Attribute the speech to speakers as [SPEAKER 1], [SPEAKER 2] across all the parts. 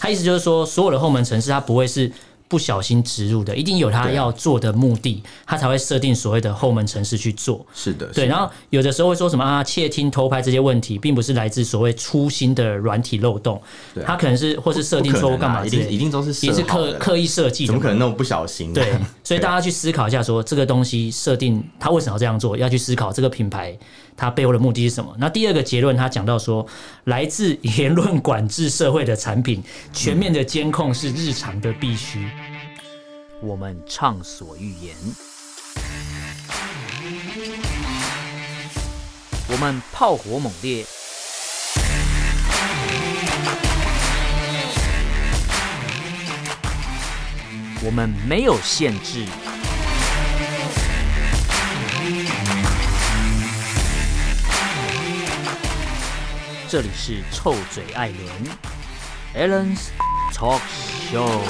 [SPEAKER 1] 他意思就是说，所有的后门城市它不会是不小心植入的，一定有
[SPEAKER 2] 啊
[SPEAKER 1] 他要做的目的，他才会设定所谓的后门城市去做。
[SPEAKER 2] 是的，
[SPEAKER 1] 对，
[SPEAKER 2] 是的
[SPEAKER 1] 然后有的时候会说什么啊，窃听、偷拍这些问题，并不是来自所谓粗心的软体漏洞
[SPEAKER 2] 对，啊
[SPEAKER 1] 它可能是或是设定
[SPEAKER 2] 不可
[SPEAKER 1] 错误
[SPEAKER 2] 能
[SPEAKER 1] 干
[SPEAKER 2] 啊
[SPEAKER 1] 嘛
[SPEAKER 2] 一
[SPEAKER 1] 之类
[SPEAKER 2] 定
[SPEAKER 1] 的，
[SPEAKER 2] 一定都是
[SPEAKER 1] 也
[SPEAKER 2] 设
[SPEAKER 1] 是
[SPEAKER 2] 好
[SPEAKER 1] 刻
[SPEAKER 2] 的啦
[SPEAKER 1] 刻意设计的
[SPEAKER 2] 怎
[SPEAKER 1] 嘛，
[SPEAKER 2] 么可能那么不小心？啊
[SPEAKER 1] 对，所以大家去思考一下说这个东西设定它为什么要这样做，要去思考这个品牌它背后的目的是什么。那第二个结论，他讲到说，来自言论管制社会的产品，全面的监控是日常的必须。
[SPEAKER 3] 我们畅所欲言；我们炮火猛烈；我们没有限制。这里是臭嘴艾伦 a l l e n s Talk Show。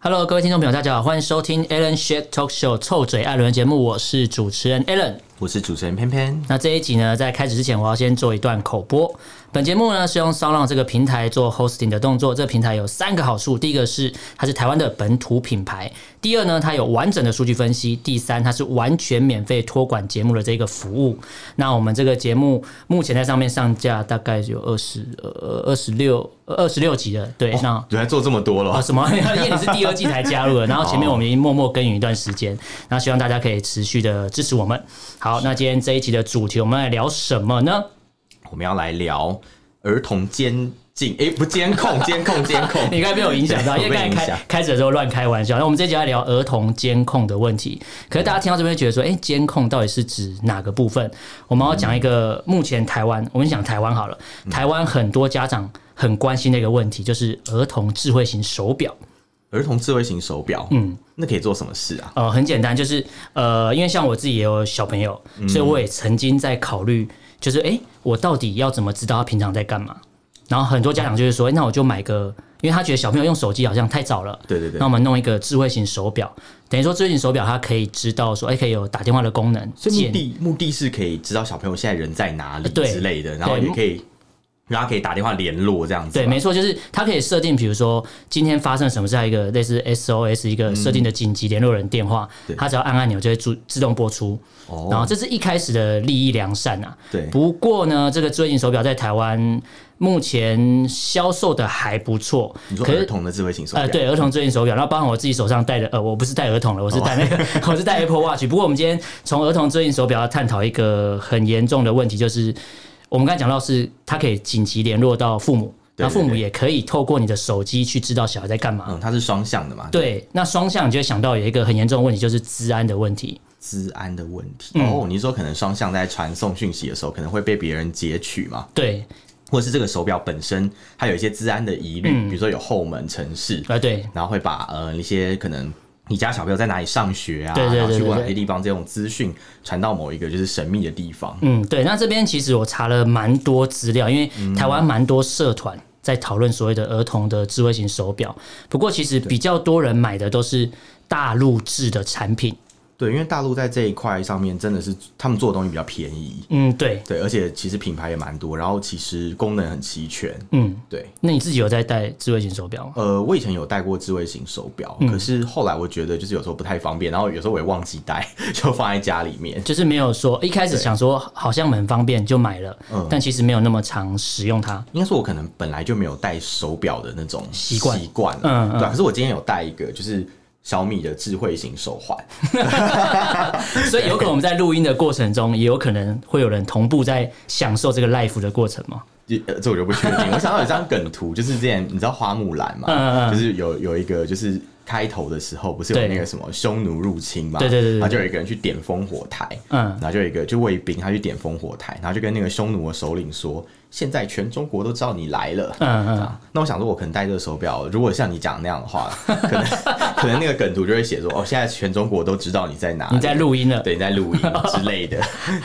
[SPEAKER 1] Hello，各位听众朋友，大家好，欢迎收听 Alan Shit Talk Show 臭嘴艾伦节目，我是主持人 Alan。
[SPEAKER 2] 我是主持人偏偏，
[SPEAKER 1] 那这一集呢，在开始之前，我要先做一段口播。本节目呢是用 Sound 这个平台做 hosting 的动作。这个平台有三个好处：第一个是它是台湾的本土品牌；第二呢，它有完整的数据分析；第三，它是完全免费托管节目的这个服务。那我们这个节目目前在上面上架大概有二十呃二十六二十六集了，对，那。
[SPEAKER 2] 原来做这么多
[SPEAKER 1] 啊、
[SPEAKER 2] 了，
[SPEAKER 1] 什么？ 因为你是第二季才加入的，然后前
[SPEAKER 2] 哦
[SPEAKER 1] 面我们已经默默耕耘一段时间，然后希望大家可以持续的支持我们。好，那今天这一期的主题，我们来聊什么呢？
[SPEAKER 2] 我们要来聊儿童监禁，哎，不监 控，监控，监控，
[SPEAKER 1] 你刚才被我影响 到，因为
[SPEAKER 2] 对
[SPEAKER 1] 刚才
[SPEAKER 2] 我被影
[SPEAKER 1] 开
[SPEAKER 2] 响
[SPEAKER 1] 开始的时候乱开玩笑。那我们这一集要聊儿童监控的问题，可是大家听到这边会觉得说，哎、监控到底是指哪个部分？我们要讲一个
[SPEAKER 2] 嗯
[SPEAKER 1] 目前台湾，我们讲台湾好了，台湾很多家长很关心的一个问题，就是儿童智慧型手表。
[SPEAKER 2] 儿童智慧型手表，嗯，那可以做什么事啊？
[SPEAKER 1] 呃，很简单，就是呃，因为像我自己也有小朋友，所以我也
[SPEAKER 2] 嗯
[SPEAKER 1] 曾经在考虑，就是诶，我到底要怎么知道他平常在干嘛？然后很多家长就是说，诶那我就买个，因为他觉得小朋友用手机好像太早了，
[SPEAKER 2] 对对对
[SPEAKER 1] 那我们弄一个智慧型手表，等于说智慧型手表它可以知道说，诶，可以有打电话的功能，
[SPEAKER 2] 所以目
[SPEAKER 1] 键
[SPEAKER 2] 的目的是可以知道小朋友现在人在哪里
[SPEAKER 1] 呃对
[SPEAKER 2] 之类的，然后
[SPEAKER 1] 对
[SPEAKER 2] 也可以让他可以打电话联络这样子吧。
[SPEAKER 1] 对，没错，就是它可以设定，比如说今天发生什么事，还有一个类似 SOS 一个设定的紧急联络人电话，
[SPEAKER 2] 嗯对
[SPEAKER 1] 它只要按按钮就会自自动播出。
[SPEAKER 2] 哦
[SPEAKER 1] 然后这是一开始的利益良善啊。
[SPEAKER 2] 对
[SPEAKER 1] 不过呢，这个最近手表在台湾目前销售的还不错
[SPEAKER 2] 你，说
[SPEAKER 1] 可
[SPEAKER 2] 儿
[SPEAKER 1] 是
[SPEAKER 2] 童的智慧型手表，
[SPEAKER 1] 呃，对，儿童最近手表，然后包含我自己手上戴的，呃，我不是戴儿童了，我是戴那个， 我是戴 Apple Watch。不过我们今天从儿童最近手表要探讨一个很严重的问题，就是我们刚才讲到是它可以紧急联络到父母，
[SPEAKER 2] 对
[SPEAKER 1] 那父母
[SPEAKER 2] 对对
[SPEAKER 1] 也可以透过你的手机去知道小孩在干嘛。
[SPEAKER 2] 嗯，它是双向的嘛，，
[SPEAKER 1] 对，那双向你就会想到有一个很严重的问题，就是治安的问题。
[SPEAKER 2] 治安的问题。
[SPEAKER 1] 嗯
[SPEAKER 2] 哦，你说可能双向在传送讯息的时候，可能会被别人截取嘛，
[SPEAKER 1] 对，
[SPEAKER 2] 或者是这个手表本身它有一些治安的疑虑，比如说有后门城市，
[SPEAKER 1] 啊、嗯对，
[SPEAKER 2] 然后会把呃一些可能你家小朋友在哪里上学啊，
[SPEAKER 1] 对对对
[SPEAKER 2] 然后去过
[SPEAKER 1] 对
[SPEAKER 2] 哪
[SPEAKER 1] 对
[SPEAKER 2] 些地方这种资讯传到某一个就是神秘的地方。
[SPEAKER 1] 嗯，对，那这边其实我查了蛮多资料，因为台湾蛮多社团在讨论所谓的儿童的智慧型手表，不过其实比较多人买的都是大陆制的产品。
[SPEAKER 2] 对，因为大陆在这一块上面真的是他们做的东西比较便宜，
[SPEAKER 1] 嗯，对，
[SPEAKER 2] 对，而且其实品牌也蛮多，然后其实功能很齐全。
[SPEAKER 1] 嗯，
[SPEAKER 2] 对，
[SPEAKER 1] 那你自己有在戴智慧型手表吗？
[SPEAKER 2] 呃，我以前有戴过智慧型手表，
[SPEAKER 1] 嗯
[SPEAKER 2] 可是后来我觉得就是有时候不太方便，然后有时候我也忘记带， 就放在家里面。
[SPEAKER 1] 就是没有说一开始想说好像很方便就买了，
[SPEAKER 2] 嗯
[SPEAKER 1] 但其实没有那么常使用它。
[SPEAKER 2] 应该说，我可能本来就没有戴手表的那种
[SPEAKER 1] 习惯
[SPEAKER 2] 习惯了，
[SPEAKER 1] 嗯嗯
[SPEAKER 2] 对、啊。可是我今天有戴一个，就是小米的智慧型手环，
[SPEAKER 1] 所以有可能我们在录音的过程中，也有可能会有人同步在享受这个 life 的过程嘛？
[SPEAKER 2] 也呃这我就不确定。我想到有张梗图，就是之前你知道花木兰嘛，
[SPEAKER 1] 嗯嗯嗯
[SPEAKER 2] 就是有有一个就是开头的时候，不是有
[SPEAKER 1] 对
[SPEAKER 2] 那个什么匈奴入侵嘛，
[SPEAKER 1] 对对对对对
[SPEAKER 2] 然后就有一个人去点烽火台，
[SPEAKER 1] 嗯
[SPEAKER 2] 然后就有一个就卫兵他去点烽火台，然后就跟那个匈奴的首领说，现在全中国都知道你来了。
[SPEAKER 1] 嗯嗯。
[SPEAKER 2] 那我想说，我可能戴这个手表，如果像你讲那样的话，可能可能那个梗图就会写说，哦，现在全中国都知道你在哪里，
[SPEAKER 1] 你在录音了
[SPEAKER 2] 对，你在录音之 类的。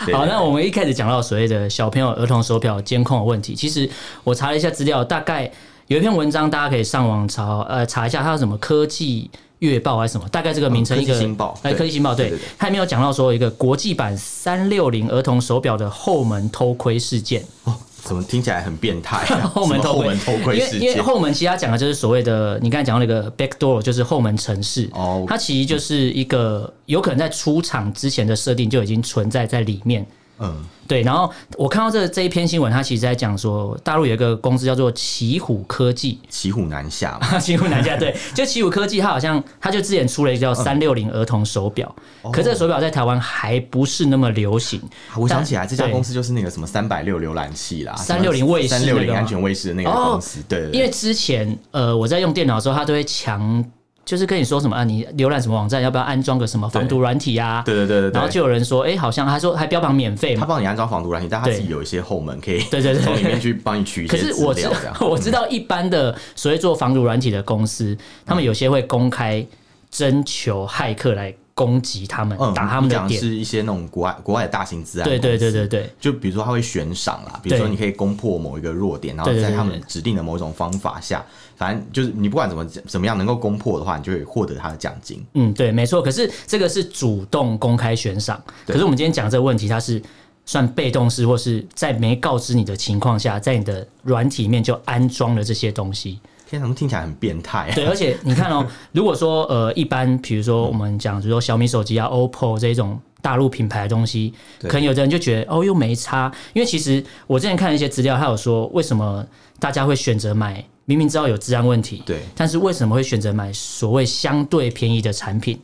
[SPEAKER 2] 对
[SPEAKER 1] 好，
[SPEAKER 2] 对
[SPEAKER 1] 那我们一开始讲到所谓的小朋友儿童手表监控的问题，其实我查了一下资料，大概有一篇文章，大家可以上网查，呃，查一下它有什么科技。月报还是什么？大概这个名称
[SPEAKER 2] 嗯
[SPEAKER 1] 一个
[SPEAKER 2] 科技新报
[SPEAKER 1] 哎，
[SPEAKER 2] 对
[SPEAKER 1] 科技新报对
[SPEAKER 2] 对对对，
[SPEAKER 1] 它里面有讲到说有一个国际版三六零儿童手表的后门偷窥事件，
[SPEAKER 2] 哦，怎么听起来很变态、啊？
[SPEAKER 1] 后门
[SPEAKER 2] 什么
[SPEAKER 1] 偷
[SPEAKER 2] 后
[SPEAKER 1] 窥，
[SPEAKER 2] 门偷窥
[SPEAKER 1] 因为
[SPEAKER 2] 世
[SPEAKER 1] 因为
[SPEAKER 2] 界，
[SPEAKER 1] 后门其实它讲的就是所谓的你刚才讲到那个 back door，就是后门城市。
[SPEAKER 2] 哦
[SPEAKER 1] 它其实就是一个有可能在出场之前的设定就已经存在在里面。
[SPEAKER 2] 嗯，
[SPEAKER 1] 对，然后我看到这这一篇新闻，它其实在讲说，大陆有一个公司叫做奇虎科技，
[SPEAKER 2] 骑虎难下嘛。啊
[SPEAKER 1] 奇虎南下对，就奇虎科技，它好像它就之前出了一个
[SPEAKER 2] 嗯
[SPEAKER 1] 叫三六零儿童手表，
[SPEAKER 2] 哦
[SPEAKER 1] 可这个手表在台湾还不是那么流行。
[SPEAKER 2] 我想起来，这家
[SPEAKER 1] 对
[SPEAKER 2] 公司就是那个什么三百六浏览器啦，
[SPEAKER 1] 360卫士
[SPEAKER 2] 三
[SPEAKER 1] 那
[SPEAKER 2] 六
[SPEAKER 1] 个
[SPEAKER 2] 零
[SPEAKER 1] 吗
[SPEAKER 2] 安全卫士的那个公司，对对对，
[SPEAKER 1] 因为之前呃我在用电脑的时候，它都会强，就是跟你说什么啊，你浏览什么网站要不要安装个什么防毒软体啊？
[SPEAKER 2] 对对对对对，
[SPEAKER 1] 然后就有人说，哎、好像他说还标榜免费
[SPEAKER 2] 他
[SPEAKER 1] 嘛。
[SPEAKER 2] 帮你安装防毒软体，但他自己
[SPEAKER 1] 对
[SPEAKER 2] 有一些后门可以
[SPEAKER 1] 对对对
[SPEAKER 2] 从里面去帮你取一
[SPEAKER 1] 可
[SPEAKER 2] 些
[SPEAKER 1] 是
[SPEAKER 2] 资
[SPEAKER 1] 我知
[SPEAKER 2] 料
[SPEAKER 1] 道
[SPEAKER 2] 这样。
[SPEAKER 1] 我知道一般的所谓做防毒软体的公司，他们有些会公开征求骇客来攻击他们，打他们
[SPEAKER 2] 嗯你
[SPEAKER 1] 的
[SPEAKER 2] 讲
[SPEAKER 1] 点。
[SPEAKER 2] 是一些那种国外国外的大型资安，
[SPEAKER 1] 对对对对。对。
[SPEAKER 2] 就比如说，他会悬赏啦，比如
[SPEAKER 1] 对
[SPEAKER 2] 说你可以攻破某一个弱点，然后
[SPEAKER 1] 对对对
[SPEAKER 2] 在他
[SPEAKER 1] 对
[SPEAKER 2] 们指定的某种方法下，反正就是你不管怎么怎么样能够攻破的话，你就会获得他的奖金。
[SPEAKER 1] 嗯，对，没错。可是这个是主动公开悬赏，可是我们今天讲这个问题，它是算被动式，或是在没告知你的情况下，在你的软体里面就安装了这些东西。
[SPEAKER 2] 天哪，他们听起来很变态啊。
[SPEAKER 1] 对，而且你看哦，如果说呃，一般比如说我们讲，比如说小米手机啊、OPPO 这一种大陆品牌的东西，
[SPEAKER 2] 对
[SPEAKER 1] 可能有的人就觉得哦，又没差，因为其实我之前看了一些资料，他有说为什么大家会选择买，明明知道有治安问题，
[SPEAKER 2] 对
[SPEAKER 1] 但是为什么会选择买所谓相对便宜的产品？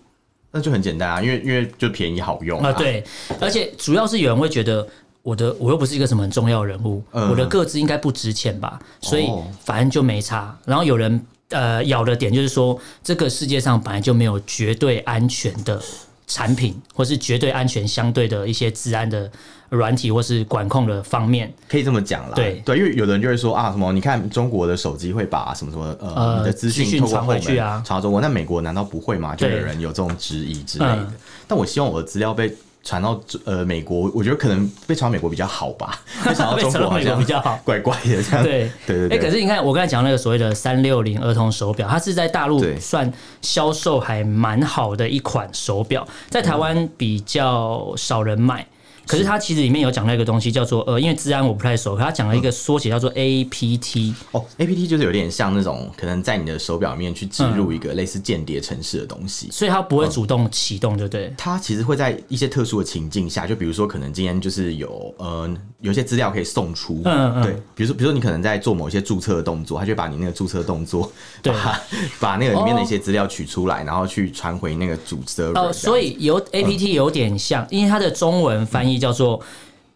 [SPEAKER 2] 那就很简单啊，因为因为就便宜好用
[SPEAKER 1] 啊、，对，而且主要是有人会觉得。我的我又不是一个什么很重要的人物，
[SPEAKER 2] 嗯
[SPEAKER 1] 我的个资应该不值钱吧，所以
[SPEAKER 2] 哦
[SPEAKER 1] 反正就没差。然后有人呃咬的点就是说，这个世界上本来就没有绝对安全的产品，或是绝对安全相对的一些治安的软体或是管控的方面。
[SPEAKER 2] 可以这么讲啦。
[SPEAKER 1] 对
[SPEAKER 2] 因为有的人就会说啊，什么你看中国的手机会把什么什么呃
[SPEAKER 1] 呃
[SPEAKER 2] 你的
[SPEAKER 1] 资
[SPEAKER 2] 资
[SPEAKER 1] 讯
[SPEAKER 2] 讯透过
[SPEAKER 1] 传
[SPEAKER 2] 后
[SPEAKER 1] 回
[SPEAKER 2] 门
[SPEAKER 1] 去啊
[SPEAKER 2] 传到中国，那美国难道不会吗？就
[SPEAKER 1] 对
[SPEAKER 2] 有人有这种质疑之类的。
[SPEAKER 1] 嗯
[SPEAKER 2] 但我希望我的资料被。传到呃美国，我觉得可能被传到美国比较好 吧，被传到
[SPEAKER 1] 被
[SPEAKER 2] 中
[SPEAKER 1] 传到
[SPEAKER 2] 国好
[SPEAKER 1] 美国
[SPEAKER 2] 像
[SPEAKER 1] 比较好
[SPEAKER 2] 怪怪的这样。
[SPEAKER 1] 对
[SPEAKER 2] 对对
[SPEAKER 1] 哎、
[SPEAKER 2] 对，
[SPEAKER 1] 可是你看我刚才讲那个所谓的三六零儿童手表，它是在大陆
[SPEAKER 2] 对
[SPEAKER 1] 算销售还蛮好的一款手表，在台湾
[SPEAKER 2] 嗯
[SPEAKER 1] 比较少人买。可是它其实里面有讲到一个东西，叫做呃，因为治安我不太熟，可它讲了
[SPEAKER 2] 嗯
[SPEAKER 1] 一个缩写叫做 APT，、
[SPEAKER 2] 哦，A P T 就是有点像那种可能在你的手表里面去植
[SPEAKER 1] 嗯
[SPEAKER 2] 入一个类似间谍城市的东西，
[SPEAKER 1] 所以它不
[SPEAKER 2] 嗯
[SPEAKER 1] 会主动启动，对不对？
[SPEAKER 2] 它其实会在一些特殊的情境下，就比如说可能今天就是有呃有一些资料可以送出，
[SPEAKER 1] 嗯嗯
[SPEAKER 2] 对，比如说比如说你可能在做某一些注册的动作，它就会把你那个注册动作，
[SPEAKER 1] 对
[SPEAKER 2] 把把那个里面的一些资料取出来，然后去传回那个主 server，
[SPEAKER 1] 哦，所
[SPEAKER 2] 以
[SPEAKER 1] 以有 APT 有点像，因为它的中文翻
[SPEAKER 2] 嗯
[SPEAKER 1] 译叫做。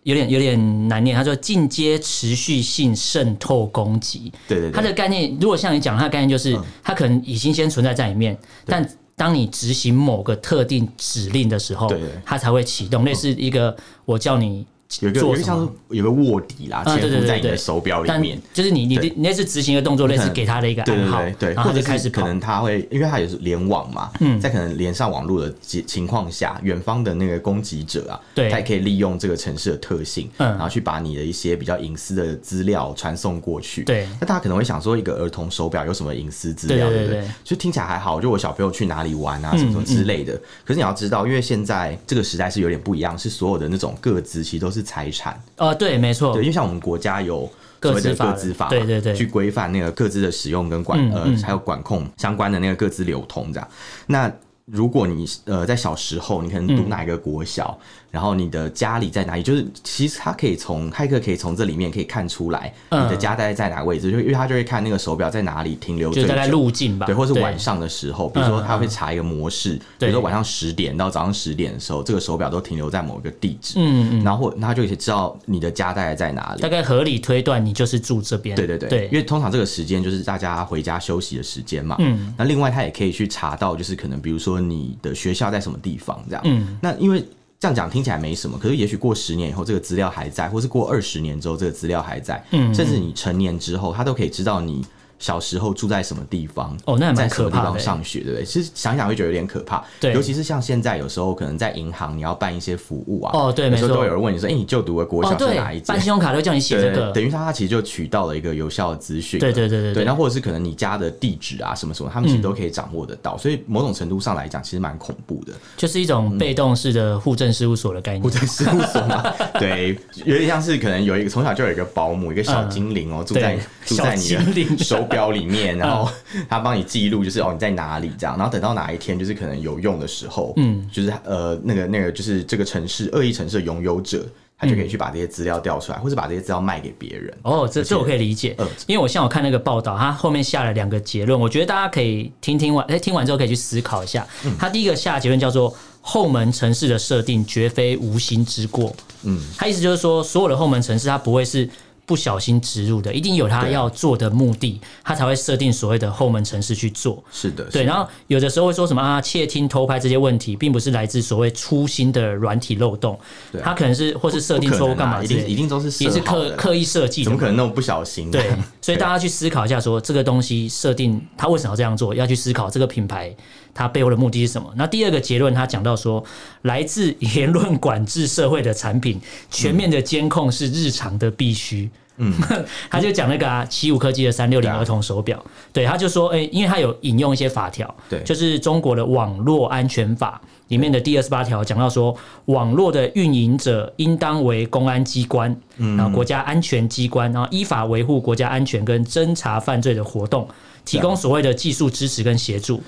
[SPEAKER 1] 有点有点难念，它叫进阶持续性渗透攻击。
[SPEAKER 2] 对对对嗯
[SPEAKER 1] 它的概念，如果像你讲，它的概念就是、它可能已经先存在在里面，但当你执行某个特定指令的时候，
[SPEAKER 2] 对对
[SPEAKER 1] 它才会启动，类似一个我叫你
[SPEAKER 2] 有一个有
[SPEAKER 1] 做
[SPEAKER 2] 一个
[SPEAKER 1] 什
[SPEAKER 2] 像
[SPEAKER 1] 么
[SPEAKER 2] 是。有个卧底啦，
[SPEAKER 1] 嗯
[SPEAKER 2] 潜
[SPEAKER 1] 对对
[SPEAKER 2] 伏在
[SPEAKER 1] 对
[SPEAKER 2] 你的
[SPEAKER 1] 对，
[SPEAKER 2] 手表里
[SPEAKER 1] 但
[SPEAKER 2] 面。
[SPEAKER 1] 就是你你
[SPEAKER 2] 对
[SPEAKER 1] 你那是执行一个动作，类似
[SPEAKER 2] 能
[SPEAKER 1] 给他的一个
[SPEAKER 2] 对
[SPEAKER 1] 暗
[SPEAKER 2] 对
[SPEAKER 1] 号
[SPEAKER 2] 对，对，
[SPEAKER 1] 然后
[SPEAKER 2] 或
[SPEAKER 1] 他
[SPEAKER 2] 者
[SPEAKER 1] 就开
[SPEAKER 2] 是
[SPEAKER 1] 始
[SPEAKER 2] 可
[SPEAKER 1] 跑。嗯
[SPEAKER 2] 能他会，因为他也是联网嘛，在可能连上网络的情情况下，远方的那个攻击者啊，
[SPEAKER 1] 对
[SPEAKER 2] 他也可以利用这个城市的特性，
[SPEAKER 1] 嗯
[SPEAKER 2] 然后去把你的一些比较隐私的资料传送过去。
[SPEAKER 1] 对
[SPEAKER 2] 那大家可能会想说，一个儿童手表有什么隐私资料？
[SPEAKER 1] 对对
[SPEAKER 2] 对不
[SPEAKER 1] 对对嗯
[SPEAKER 2] 就听起来还好，就我小朋友去哪里玩啊，什么什么之类的。可是你要知道，因为现在这个时代是有点不一样，是所有的那种各自其实都是财产，
[SPEAKER 1] 呃，对，没错
[SPEAKER 2] 对，，因为像我们国家有
[SPEAKER 1] 各
[SPEAKER 2] 所谓的
[SPEAKER 1] 自法
[SPEAKER 2] 各
[SPEAKER 1] 的
[SPEAKER 2] 资法嘛，
[SPEAKER 1] 对对对
[SPEAKER 2] 去规范那个各资的使用跟管、
[SPEAKER 1] 嗯嗯
[SPEAKER 2] 呃，还有管控相关的那个各资流通这样。那如果你呃在小时候，你可能
[SPEAKER 1] 嗯
[SPEAKER 2] 读哪一个国小，然后你的家里在哪里，就是其实他可以从骇客可以从这里面可以看出来你
[SPEAKER 1] 嗯
[SPEAKER 2] 的家大概在哪个位置，就因为他就会看那个手表在哪里停留
[SPEAKER 1] 就
[SPEAKER 2] 最
[SPEAKER 1] 是大概
[SPEAKER 2] 久。
[SPEAKER 1] 路径吧，
[SPEAKER 2] 对，或是晚上的时候，比如说
[SPEAKER 1] 啊嗯嗯
[SPEAKER 2] 他会查一个模式，比
[SPEAKER 1] 对
[SPEAKER 2] 如说晚上十点到早上十点的时候，这个手表都停留在某一个地址，
[SPEAKER 1] 嗯嗯，
[SPEAKER 2] 然后或那他就可以知道你的家大概在哪里
[SPEAKER 1] 大。概合理推断你就是住这边。
[SPEAKER 2] 对对对，
[SPEAKER 1] 对，
[SPEAKER 2] 因为通常这个时间就是大家回家休息的时间嘛。嗯，那另外他也可以去查到，就是可能比如说你的学校在什么地方这样。嗯，那因为。这样讲听起来没什么，可是也许过十年以后，这个
[SPEAKER 1] 嗯
[SPEAKER 2] 资料还在，或是过二十年之后，这个资料还在，嗯，甚至你成年之后，他都可以知道你小时候住在什么地方，
[SPEAKER 1] 哦那还蛮
[SPEAKER 2] 在什么地
[SPEAKER 1] 可怕
[SPEAKER 2] 方
[SPEAKER 1] 的欸
[SPEAKER 2] 上学，对不对？其实想想会觉得有点可怕，
[SPEAKER 1] 对
[SPEAKER 2] 尤其是像现在有时候可能在银行你要办一些服务啊，
[SPEAKER 1] 哦对
[SPEAKER 2] 有时
[SPEAKER 1] 没
[SPEAKER 2] 候
[SPEAKER 1] 错
[SPEAKER 2] 都会有人问你说，哎，你就读的国
[SPEAKER 1] 哦，
[SPEAKER 2] 小是
[SPEAKER 1] 对
[SPEAKER 2] 哪一，间
[SPEAKER 1] 办？信用卡都叫你写这
[SPEAKER 2] 对，
[SPEAKER 1] 个，
[SPEAKER 2] 等于他他其实就取到了一个有效的资讯了，
[SPEAKER 1] 对对对对
[SPEAKER 2] 对，然后或者是可能你家的地址啊什么什么，他们其实都可以掌握得到，所以某种程度上来讲，其实蛮恐怖的。
[SPEAKER 1] 就是一种被动式的户政事务所的概念。
[SPEAKER 2] 在事务所嘛， 对，有点像是可能有一个从小就有一个保姆，一个小精灵哦、住在
[SPEAKER 1] 嗯对
[SPEAKER 2] 住在
[SPEAKER 1] 小精
[SPEAKER 2] 你
[SPEAKER 1] 灵嗯
[SPEAKER 2] 的手表 里面，然后他帮你记录，就是哦你在哪里这样，然后等到哪一天就是可能有用的时候，嗯，就是呃那个那个就是这个城市恶意城市的拥有者，他就可以去把这些资料调出来，或者把这些资料卖给别人。
[SPEAKER 1] 哦，这这我可以理解
[SPEAKER 2] 呃，
[SPEAKER 1] 因为我像我看那个报道，他后面下了两个结论，我觉得大家可以听听完，哎，听完之后可以去思考一下。
[SPEAKER 2] 嗯
[SPEAKER 1] 他第一个下的结论叫做“后门城市的设定绝非无心之过”，嗯，他意思就是说，所有的后门城市它不会是。不小心植入的，一定有他
[SPEAKER 2] 对
[SPEAKER 1] 要做的目的，他才会设定所谓的后门城市去做。
[SPEAKER 2] 是的，
[SPEAKER 1] 对，
[SPEAKER 2] 是的
[SPEAKER 1] 然后有的时候会说什么啊，窃听、偷拍这些问题，并不是来自所谓粗心的软体漏洞，
[SPEAKER 2] 对啊
[SPEAKER 1] 它可能是或是设定
[SPEAKER 2] 不可
[SPEAKER 1] 错误
[SPEAKER 2] 能
[SPEAKER 1] 干
[SPEAKER 2] 啊
[SPEAKER 1] 嘛
[SPEAKER 2] 一
[SPEAKER 1] 之类
[SPEAKER 2] 定
[SPEAKER 1] 的，
[SPEAKER 2] 一定都是
[SPEAKER 1] 也
[SPEAKER 2] 设
[SPEAKER 1] 是
[SPEAKER 2] 好
[SPEAKER 1] 刻
[SPEAKER 2] 的啦，
[SPEAKER 1] 刻意设计的
[SPEAKER 2] 怎么
[SPEAKER 1] 嘛，
[SPEAKER 2] 可能那么不小心、呢？
[SPEAKER 1] 对，所以大
[SPEAKER 2] 对
[SPEAKER 1] 家去思考一下说这个东西设定它为什么要这样做，要去思考这个品牌它背后的目的是什么。那第二个结论，他讲到说，来自言论管制社会的产品，全面的监控是日常的必须。嗯， 他就讲那个啊，七五科技的三六
[SPEAKER 2] 对
[SPEAKER 1] 零
[SPEAKER 2] 啊
[SPEAKER 1] 儿童手表，对，他就说，哎、因为他有引用一些法条，
[SPEAKER 2] 对
[SPEAKER 1] 就是中国的网络安全法里面的第二十八条讲到说，网络的运营者应当为公安机关，然后国家安全机关，然后依法维护国家安全跟侦查犯罪的活动，提供所谓的技术支持跟协助。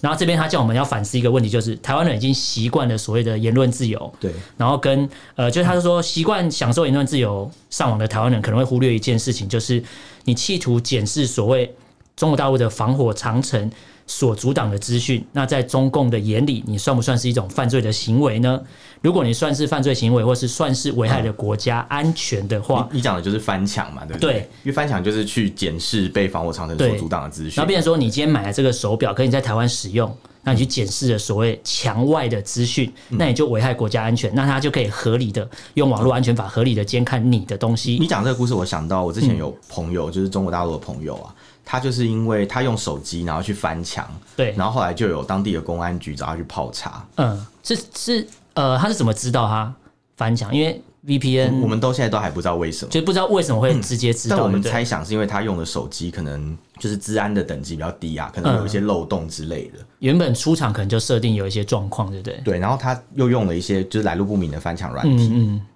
[SPEAKER 1] 然后这边他叫我们要反思一个问题，就是台湾人已经习惯了所谓的言论自由，
[SPEAKER 2] 对
[SPEAKER 1] 然后跟呃，就是他说习惯享受言论自由上网的台湾人可能会忽略一件事情，就是你企图检视所谓中国大陆的防火长城所阻挡的资讯，那在中共的眼里，你算不算是一种犯罪的行为呢？如果你算是犯罪行为，或是算是危害了国家安全的话，
[SPEAKER 2] 你你讲的就是翻墙嘛，对不对？
[SPEAKER 1] 对
[SPEAKER 2] 因为翻墙就是去检视被防火长城所
[SPEAKER 1] 对
[SPEAKER 2] 阻挡的资讯
[SPEAKER 1] 然后，变成说，你今天买了这个手表，可以在台湾使用，那你去检视了所谓墙外的资讯，那你就危害国家安全，那他就可以合理的用网络安全法合理的监看你的东西
[SPEAKER 2] 你。讲这个故事，我想到我之
[SPEAKER 1] 嗯
[SPEAKER 2] 前有朋友，就是中国大陆的朋友啊，他就是因为他用手机然后去翻墙，
[SPEAKER 1] 对，
[SPEAKER 2] 然后后来就有当地的公安局找他去泡茶。
[SPEAKER 1] 嗯，是是呃，他是怎么知道他翻墙？因为 VPN
[SPEAKER 2] 我们都现在都还不知道为什么，
[SPEAKER 1] 就不知道为什么会直接嗯知道，
[SPEAKER 2] 但我们
[SPEAKER 1] 对不对
[SPEAKER 2] 猜想是因为他用的手机可能就是治安的等级比较低啊，可能有一些
[SPEAKER 1] 嗯
[SPEAKER 2] 漏洞之类的。
[SPEAKER 1] 原本出厂可能就设定有一些状况，对不对？
[SPEAKER 2] 对，然后他又用了一些就是来路不明的翻墙软体，
[SPEAKER 1] 嗯嗯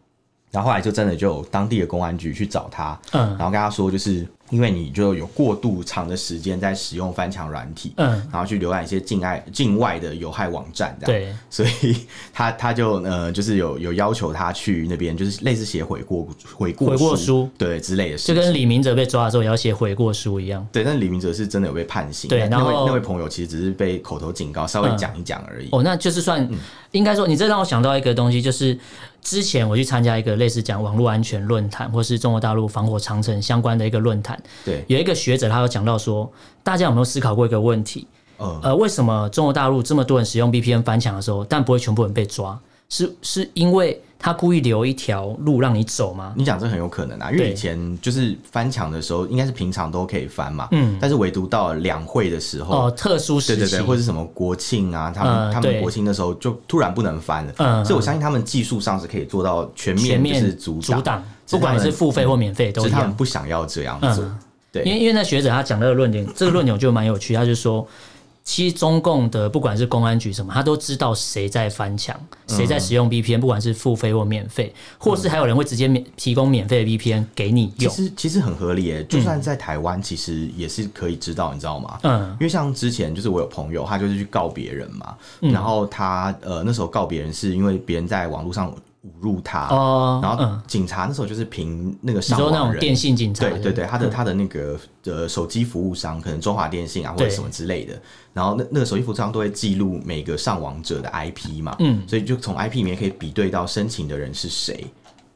[SPEAKER 2] 然后后来就真的就有当地的公安局去找他，然
[SPEAKER 1] 嗯
[SPEAKER 2] 后跟他说，就是因为你就有过度长的时间在使用翻墙软体，
[SPEAKER 1] 嗯，
[SPEAKER 2] 然后去浏览一些境外境外的有害网站，这样，
[SPEAKER 1] 对，
[SPEAKER 2] 所以 他他就呃就是有有要求他去那边，就是类似写悔过悔过
[SPEAKER 1] 悔过书
[SPEAKER 2] 对之类的事
[SPEAKER 1] 就
[SPEAKER 2] 情，
[SPEAKER 1] 跟李明哲被抓的时候也要写悔过书一样。
[SPEAKER 2] 对，但李明哲是真的有被判刑，
[SPEAKER 1] 对
[SPEAKER 2] 那那位
[SPEAKER 1] 然后
[SPEAKER 2] 那位朋友其实只是被口头警告，稍微
[SPEAKER 1] 嗯
[SPEAKER 2] 讲一讲而已。
[SPEAKER 1] 哦，那就是算，
[SPEAKER 2] 嗯
[SPEAKER 1] 应该说，你这让我想到一个东西，就是之前我去参加一个类似讲网络安全论坛，或是中国大陆防火长城相关的一个论坛，
[SPEAKER 2] 对，
[SPEAKER 1] 有一个学者他有讲到说，大家有没有思考过一个问题？
[SPEAKER 2] 呃，
[SPEAKER 1] 呃，为什么中国大陆这么多人使用 VPN 翻墙的时候，但不会全部人被抓？是是因为他故意留一条路让你走吗？
[SPEAKER 2] 你讲这很有可能啊，因为
[SPEAKER 1] 对
[SPEAKER 2] 以前就是翻墙的时候，应该是平常都可以翻嘛，
[SPEAKER 1] 嗯
[SPEAKER 2] 但是唯独到了两会的时候
[SPEAKER 1] 哦，，特殊时
[SPEAKER 2] 对
[SPEAKER 1] 期，
[SPEAKER 2] 对对，或者是什么国庆啊，他们、
[SPEAKER 1] 嗯
[SPEAKER 2] 他们
[SPEAKER 1] 对
[SPEAKER 2] 国庆的时候就突然不能翻了，
[SPEAKER 1] 嗯
[SPEAKER 2] 所以我相信他们技术上是可以做到全
[SPEAKER 1] 全
[SPEAKER 2] 面就
[SPEAKER 1] 面
[SPEAKER 2] 是阻
[SPEAKER 1] 阻
[SPEAKER 2] 挡，
[SPEAKER 1] 挡，
[SPEAKER 2] 只是
[SPEAKER 1] 不管你
[SPEAKER 2] 他
[SPEAKER 1] 是
[SPEAKER 2] 们
[SPEAKER 1] 付费或免费
[SPEAKER 2] 只
[SPEAKER 1] 都
[SPEAKER 2] 是
[SPEAKER 1] 一
[SPEAKER 2] 他
[SPEAKER 1] 样
[SPEAKER 2] 们。不想要这样做，
[SPEAKER 1] 嗯
[SPEAKER 2] 对，
[SPEAKER 1] 因为因为那学者他讲那个 论点，这个论点我觉得蛮有趣，他就说。其实中共的不管是公安局什么，他都知道谁在翻墙，
[SPEAKER 2] 嗯
[SPEAKER 1] 谁在使用 VPN，、不管是付费或免费，或是还有人会直接免提供免费的 VPN 给你
[SPEAKER 2] 其
[SPEAKER 1] 用。
[SPEAKER 2] 实其实很合理耶，就算在台湾，其实也是可以知道，你知道吗？
[SPEAKER 1] 嗯
[SPEAKER 2] 因为像之前就是我有朋友，他就是去告别人嘛，
[SPEAKER 1] 嗯
[SPEAKER 2] 然后他呃那时候告别人是因为别人在网络上侮辱他，
[SPEAKER 1] 哦，
[SPEAKER 2] 然后
[SPEAKER 1] 嗯，
[SPEAKER 2] 警察那时候就是凭那个
[SPEAKER 1] 你
[SPEAKER 2] 上
[SPEAKER 1] 说那
[SPEAKER 2] 网
[SPEAKER 1] 种
[SPEAKER 2] 人
[SPEAKER 1] 电信警察，
[SPEAKER 2] 对对对，他
[SPEAKER 1] 嗯
[SPEAKER 2] 的他的那个呃手机服务商，可能中华电信啊或者
[SPEAKER 1] 对
[SPEAKER 2] 什么之类的，然后那那个手机服务商都会记录每个上网者的 IP 嘛，嗯，所以就从 IP 里面可以比对到申请的人是谁。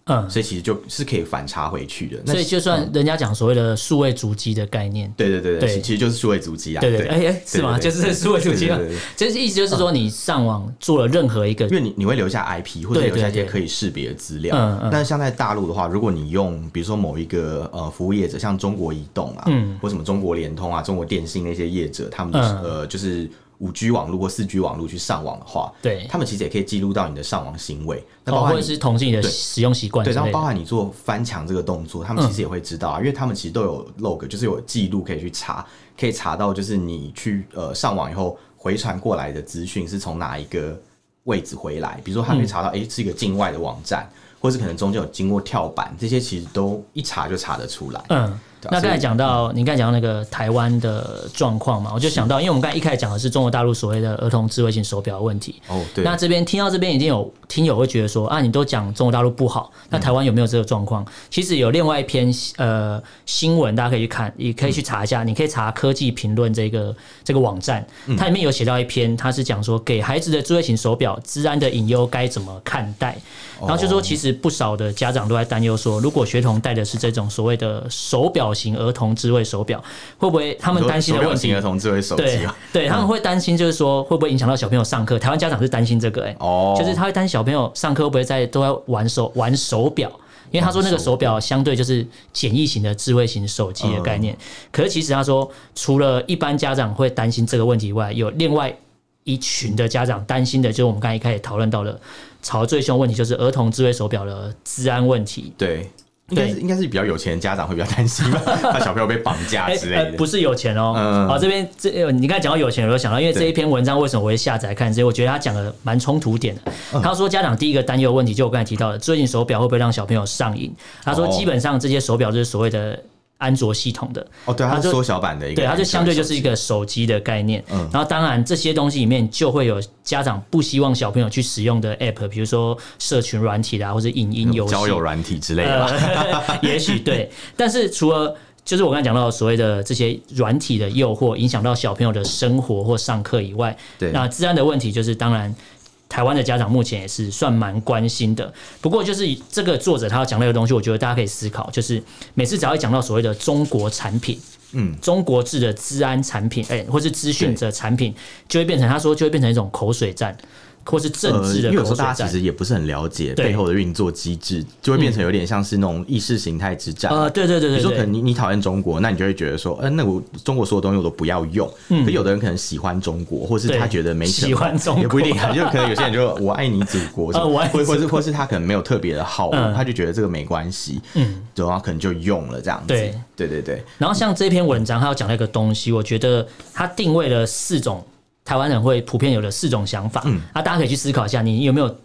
[SPEAKER 1] 嗯
[SPEAKER 2] 所以其实就是可以反查回去的。那嗯
[SPEAKER 1] 所以就算人家讲所谓的数位足迹的概念，
[SPEAKER 2] 对对对
[SPEAKER 1] 对
[SPEAKER 2] 对，其实就是数位足迹啊。
[SPEAKER 1] 对对，哎哎，是吗？
[SPEAKER 2] 对
[SPEAKER 1] 就
[SPEAKER 2] 对
[SPEAKER 1] 是数位足迹嘛啊
[SPEAKER 2] 对对对对，嗯
[SPEAKER 1] 就是意思就是说，你上网做了任何一个
[SPEAKER 2] 因为你你会留下 IP 或者
[SPEAKER 1] 对
[SPEAKER 2] 留下一
[SPEAKER 1] 对
[SPEAKER 2] 些
[SPEAKER 1] 对
[SPEAKER 2] 可以识别的资料
[SPEAKER 1] 嗯嗯，
[SPEAKER 2] 但是像在大陆的话，如果你用比如说某一个呃服务业者，像中国移动啊，或什么中国联通啊、中国电信那些业者，他们、
[SPEAKER 1] 嗯
[SPEAKER 2] 呃就是五 G 网络或四 G 网络去上网的话，
[SPEAKER 1] 对
[SPEAKER 2] 他们其实也可以记录到你的上网行为，那包
[SPEAKER 1] 哦，或
[SPEAKER 2] 含
[SPEAKER 1] 者
[SPEAKER 2] 你
[SPEAKER 1] 是统计你的
[SPEAKER 2] 对
[SPEAKER 1] 使用习惯之
[SPEAKER 2] 对，
[SPEAKER 1] 类
[SPEAKER 2] 然后
[SPEAKER 1] 的，
[SPEAKER 2] 包含你做翻墙这个动作，他们
[SPEAKER 1] 嗯
[SPEAKER 2] 其实也会知道啊，因为他们其实都有 log，就是有记录可以去查，可以查到就是你去呃上网以后回传过来的资讯是从哪一个位置回来，比如说他
[SPEAKER 1] 嗯
[SPEAKER 2] 可以查到，哎、是一个境外的网站，或是可能中间有经过跳板，这些其实都一查就查得出来。
[SPEAKER 1] 嗯，
[SPEAKER 2] 对啊
[SPEAKER 1] 那
[SPEAKER 2] 所
[SPEAKER 1] 刚
[SPEAKER 2] 以
[SPEAKER 1] 才讲到，你刚才讲到那个台湾的状况嘛，我就想到，因为我们刚才一开始讲的是中国大陆所谓的儿童智慧型手表的问题。
[SPEAKER 2] 哦，对，
[SPEAKER 1] 那这边听到这边，一定有听友会觉得说啊，你都讲中国大陆不好，那台湾有没有这个状况？其实有另外一篇呃新闻，大家可以去看，也可以去查一下。你可以查科技评论这个这个网站，
[SPEAKER 2] 嗯
[SPEAKER 1] 它里面有写到一篇，它是讲说给孩子的智慧型手表治安的隐忧该怎么看待。
[SPEAKER 2] 哦
[SPEAKER 1] 然后就说，其实不少的家长都在担忧说，如果学童戴的是这种所谓的手表型儿童智慧手表，会不会他们担心的
[SPEAKER 2] 手
[SPEAKER 1] 问
[SPEAKER 2] 表型
[SPEAKER 1] 题
[SPEAKER 2] 儿？童智慧手
[SPEAKER 1] 对
[SPEAKER 2] 机啊，
[SPEAKER 1] 对，他们会担心，就是说会不会影响到小朋友上课？台湾家长是担心这个、哎、
[SPEAKER 2] 哦，
[SPEAKER 1] 就是他会担心小朋友上课会不会在都在玩手玩手表，因为他说那个手表相对就是简易型的智慧型手机的概
[SPEAKER 2] 嗯
[SPEAKER 1] 念。可是其实他说，除了一般家长会担心这个问题以外，有另外一群的家长担心的，就是我们刚才一开始讨论到的吵得最凶的问题，就是儿童智慧手表的治安问题。
[SPEAKER 2] 对。应该是应该是比较有钱的家长会比较担 心吧，怕小朋友被绑架
[SPEAKER 1] 哎
[SPEAKER 2] 之类
[SPEAKER 1] 呃
[SPEAKER 2] 的。
[SPEAKER 1] 不是有钱哦。
[SPEAKER 2] 嗯
[SPEAKER 1] 好，这边这呃你刚才讲到有钱，我就想到，因为这
[SPEAKER 2] 对
[SPEAKER 1] 一篇文章为什么我会下载看，所以我觉得他讲的蛮冲突点的。
[SPEAKER 2] 嗯
[SPEAKER 1] 他说家长第一个担忧的问题，就我刚才提到的，最近手表会不会让小朋友上瘾？他说
[SPEAKER 2] 哦
[SPEAKER 1] 基本上这些手表就是所谓的安卓系统的，
[SPEAKER 2] 哦，对，它
[SPEAKER 1] 他就是
[SPEAKER 2] 缩小版的一个，
[SPEAKER 1] 对，它就相对就是一个手机的概念。
[SPEAKER 2] 嗯
[SPEAKER 1] 然后当然这些东西里面就会有家长不希望小朋友去使用的 app，比如说社群软体啊啦，或者影音游戏、
[SPEAKER 2] 交友软体啊之类的吧。
[SPEAKER 1] 呃，也许对，但是除了就是我刚才讲到所谓的这些软体的诱惑，影响到小朋友的生活或上课以外，
[SPEAKER 2] 对
[SPEAKER 1] 那治安的问题就是当然。台湾的家长目前也是算蛮关心的，不过就是以这个作者他要讲那个东西，我觉得大家可以思考，就是每次只要一讲到所谓的中国产品，
[SPEAKER 2] 嗯，
[SPEAKER 1] 中国制的治安产品，哎、或是资讯者产品，就会变成他说就会变成一种口水战，或是政
[SPEAKER 2] 呃，
[SPEAKER 1] 治的
[SPEAKER 2] 因为有时
[SPEAKER 1] 口
[SPEAKER 2] 候
[SPEAKER 1] 水
[SPEAKER 2] 大家
[SPEAKER 1] 战
[SPEAKER 2] 其。实也不是很了解
[SPEAKER 1] 对
[SPEAKER 2] 背后的运作机制，就会变成有点像是那种意识形态之战。
[SPEAKER 1] 呃，对对对
[SPEAKER 2] 比
[SPEAKER 1] 对
[SPEAKER 2] 如说，
[SPEAKER 1] 对，
[SPEAKER 2] 可能你你讨厌中国，那你就会觉得说，嗯、那我中国所有东西我都不要用。可有的人可能喜欢中国，或是
[SPEAKER 1] 对
[SPEAKER 2] 他觉得没什
[SPEAKER 1] 嗯
[SPEAKER 2] 么，
[SPEAKER 1] 喜欢中国
[SPEAKER 2] 也不一定啊，就可能有些人就说我爱你祖国什么，
[SPEAKER 1] 呃我爱你
[SPEAKER 2] 或或是或是他可能没有特别的好恶，
[SPEAKER 1] 嗯
[SPEAKER 2] 他就觉得这个没关系，嗯，然后可能就用了这样子。
[SPEAKER 1] 对
[SPEAKER 2] 对对对，
[SPEAKER 1] 然后像这篇文章，它要讲那个东西，我觉得它定位了四种台湾人会普遍有的四种想法，
[SPEAKER 2] 嗯
[SPEAKER 1] 啊，大家可以去思考一下，你有没有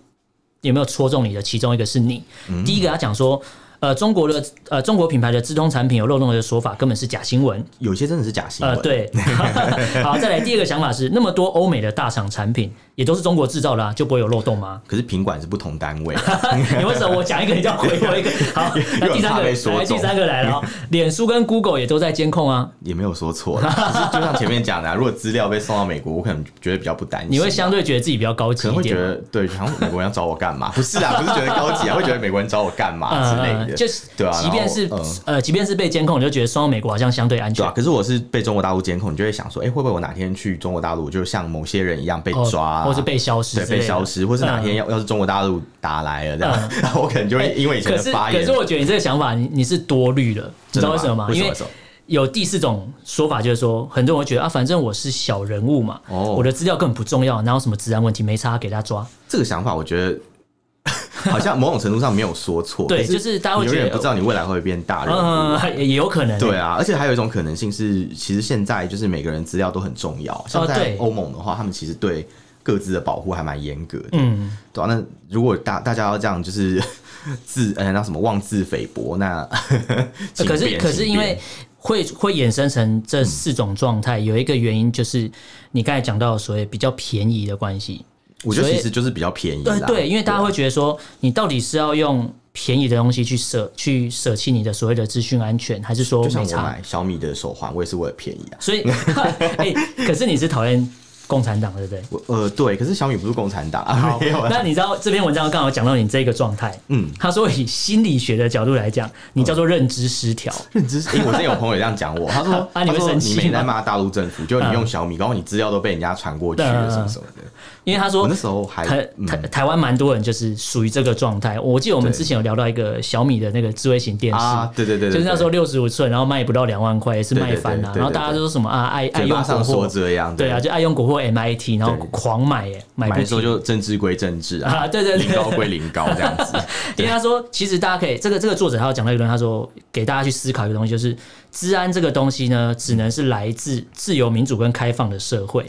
[SPEAKER 1] 有没有戳中你的其中一个是你。第一个，他讲说，呃，中国的呃中国品牌的自通产品有漏洞的说法，根本是假新 闻。
[SPEAKER 2] 有些真的是假新闻。
[SPEAKER 1] 呃，对， 好，再来第二个想法是，那么多欧美的大厂产品也都是中国制造的、啊，就不会有漏洞 吗？
[SPEAKER 2] 可是品管是不同单位啊，
[SPEAKER 1] 你为什么我讲一个你就要回我一个？好，那第三
[SPEAKER 2] 又很怕
[SPEAKER 1] 个
[SPEAKER 2] 被说
[SPEAKER 1] 来，
[SPEAKER 2] 中
[SPEAKER 1] 第三个来了哦，脸书跟 Google 也都在监控啊，
[SPEAKER 2] 也没有说错啦。 只是就像前面讲的、啊，如果资料被送到美国，我可能觉得比较不担心。
[SPEAKER 1] 你会相对觉得自己比较高
[SPEAKER 2] 可
[SPEAKER 1] 级
[SPEAKER 2] 能
[SPEAKER 1] 一
[SPEAKER 2] 会
[SPEAKER 1] 点
[SPEAKER 2] 觉
[SPEAKER 1] 吗。
[SPEAKER 2] 得，对，然后美国人要找我干嘛？不 是啊，不是觉得高级啊，会 觉得美国人找我干嘛之类的，
[SPEAKER 1] 呃就是
[SPEAKER 2] 对啊，
[SPEAKER 1] 即便是
[SPEAKER 2] 然后嗯
[SPEAKER 1] 呃，即便是被监控，你就觉得送到美国好像相对安
[SPEAKER 2] 对
[SPEAKER 1] 全
[SPEAKER 2] 啊，。可是我是被中国大陆监控，你就会想说，哎、会不会我哪天去中国大陆，就像某些人一样被
[SPEAKER 1] 哦
[SPEAKER 2] 抓、啊
[SPEAKER 1] 或是被消失
[SPEAKER 2] 对
[SPEAKER 1] 之类
[SPEAKER 2] 被
[SPEAKER 1] 的
[SPEAKER 2] 消失，或是
[SPEAKER 1] 嗯
[SPEAKER 2] 哪
[SPEAKER 1] 哎
[SPEAKER 2] 天要、要是中国大陆打来了这样，然后我 可能就会因为以前
[SPEAKER 1] 可
[SPEAKER 2] 的
[SPEAKER 1] 是，
[SPEAKER 2] 发
[SPEAKER 1] 可
[SPEAKER 2] 言，
[SPEAKER 1] 是我觉得你这个想法，你你是多虑了，你知
[SPEAKER 2] 真的
[SPEAKER 1] 道为什么吗？
[SPEAKER 2] 为
[SPEAKER 1] 因
[SPEAKER 2] 什
[SPEAKER 1] 为
[SPEAKER 2] 么？
[SPEAKER 1] 有第四种说法，就是说，很多人会觉得啊，反正我是小人物嘛，
[SPEAKER 2] 哦
[SPEAKER 1] 我的资料根本不重要，哪有什么治安问题，没差给他抓。
[SPEAKER 2] 这个想法，我觉得好像某种程度上没有说错，
[SPEAKER 1] 对
[SPEAKER 2] 可
[SPEAKER 1] 就是是大家会
[SPEAKER 2] 你永
[SPEAKER 1] 觉
[SPEAKER 2] 远
[SPEAKER 1] 得
[SPEAKER 2] 不知道你未来会不会变大人物啊、
[SPEAKER 1] 嗯，也也有可能。
[SPEAKER 2] 对啊，而且还有一种可能性是，其实现在就是每个人资料都很重要，像在
[SPEAKER 1] 哦对
[SPEAKER 2] 欧盟的话，他们其实对各自的保护还蛮严格的，
[SPEAKER 1] 嗯，
[SPEAKER 2] 对啊。那如果大大家要这样就是 自呃那什么妄自菲薄，那
[SPEAKER 1] 呃
[SPEAKER 2] 请
[SPEAKER 1] 可是
[SPEAKER 2] 便
[SPEAKER 1] 可是
[SPEAKER 2] 请
[SPEAKER 1] 因为
[SPEAKER 2] 便
[SPEAKER 1] 会会衍生成这四种状态，有一个原因就是你刚才讲到的所谓比较便宜的关系。
[SPEAKER 2] 我觉得
[SPEAKER 1] 所以
[SPEAKER 2] 其实就是比较便宜啦，
[SPEAKER 1] 对对，因为大家
[SPEAKER 2] 对啊
[SPEAKER 1] 会觉得说，你到底是要用便宜的东西去舍去舍弃你的所谓的资讯安全，还是说
[SPEAKER 2] 就
[SPEAKER 1] 没
[SPEAKER 2] 像我
[SPEAKER 1] 差？
[SPEAKER 2] 买小米的手环，我也是为了便宜啊。
[SPEAKER 1] 所以，哎、可是你是讨厌共产党，对不对？
[SPEAKER 2] 我呃，对，可是小米不是共产党啊， 没有啊，
[SPEAKER 1] 那你知道这篇文章刚好讲到你这个状态，
[SPEAKER 2] 嗯，
[SPEAKER 1] 他说以心理学的角度来讲，你叫做认知失调。
[SPEAKER 2] 认知是，因为我之前有朋友也这样讲 我，他说，
[SPEAKER 1] 啊
[SPEAKER 2] 他
[SPEAKER 1] 你会
[SPEAKER 2] 说
[SPEAKER 1] 生气
[SPEAKER 2] 你每天在
[SPEAKER 1] 吗
[SPEAKER 2] 骂大陆政府，就你用小米，然后你资料都被人家传过去
[SPEAKER 1] 嗯
[SPEAKER 2] 了，什么什么的。
[SPEAKER 1] 因为他说
[SPEAKER 2] 哦我那时候还
[SPEAKER 1] 台
[SPEAKER 2] 嗯
[SPEAKER 1] 台台湾蛮多人就是属于这个状态。我记得我们
[SPEAKER 2] 对
[SPEAKER 1] 之前有聊到一个小米的那个智慧型电视。
[SPEAKER 2] 啊，对对对，对
[SPEAKER 1] 就是那时候
[SPEAKER 2] 对
[SPEAKER 1] 六十五寸，然后卖不到两万块，也是卖翻了、
[SPEAKER 2] 对对对对对
[SPEAKER 1] 然后大家就说什么啊，爱爱
[SPEAKER 2] 嘴
[SPEAKER 1] 用
[SPEAKER 2] 巴
[SPEAKER 1] 国
[SPEAKER 2] 上说
[SPEAKER 1] 货，
[SPEAKER 2] 这样，
[SPEAKER 1] 对啊，就爱用国货 MIT，然后
[SPEAKER 2] 对
[SPEAKER 1] 狂买耶，买
[SPEAKER 2] 买
[SPEAKER 1] 不
[SPEAKER 2] 的时候
[SPEAKER 1] 起。
[SPEAKER 2] 就政治归政治啊，
[SPEAKER 1] 啊对对对
[SPEAKER 2] 零高归零高这样子，
[SPEAKER 1] 因为他说，其实大家可以，这个这个作者他有讲到一段，他说给大家去思考一个东西，就是治安这个东西呢，只能是来自自由民主跟开放的社会，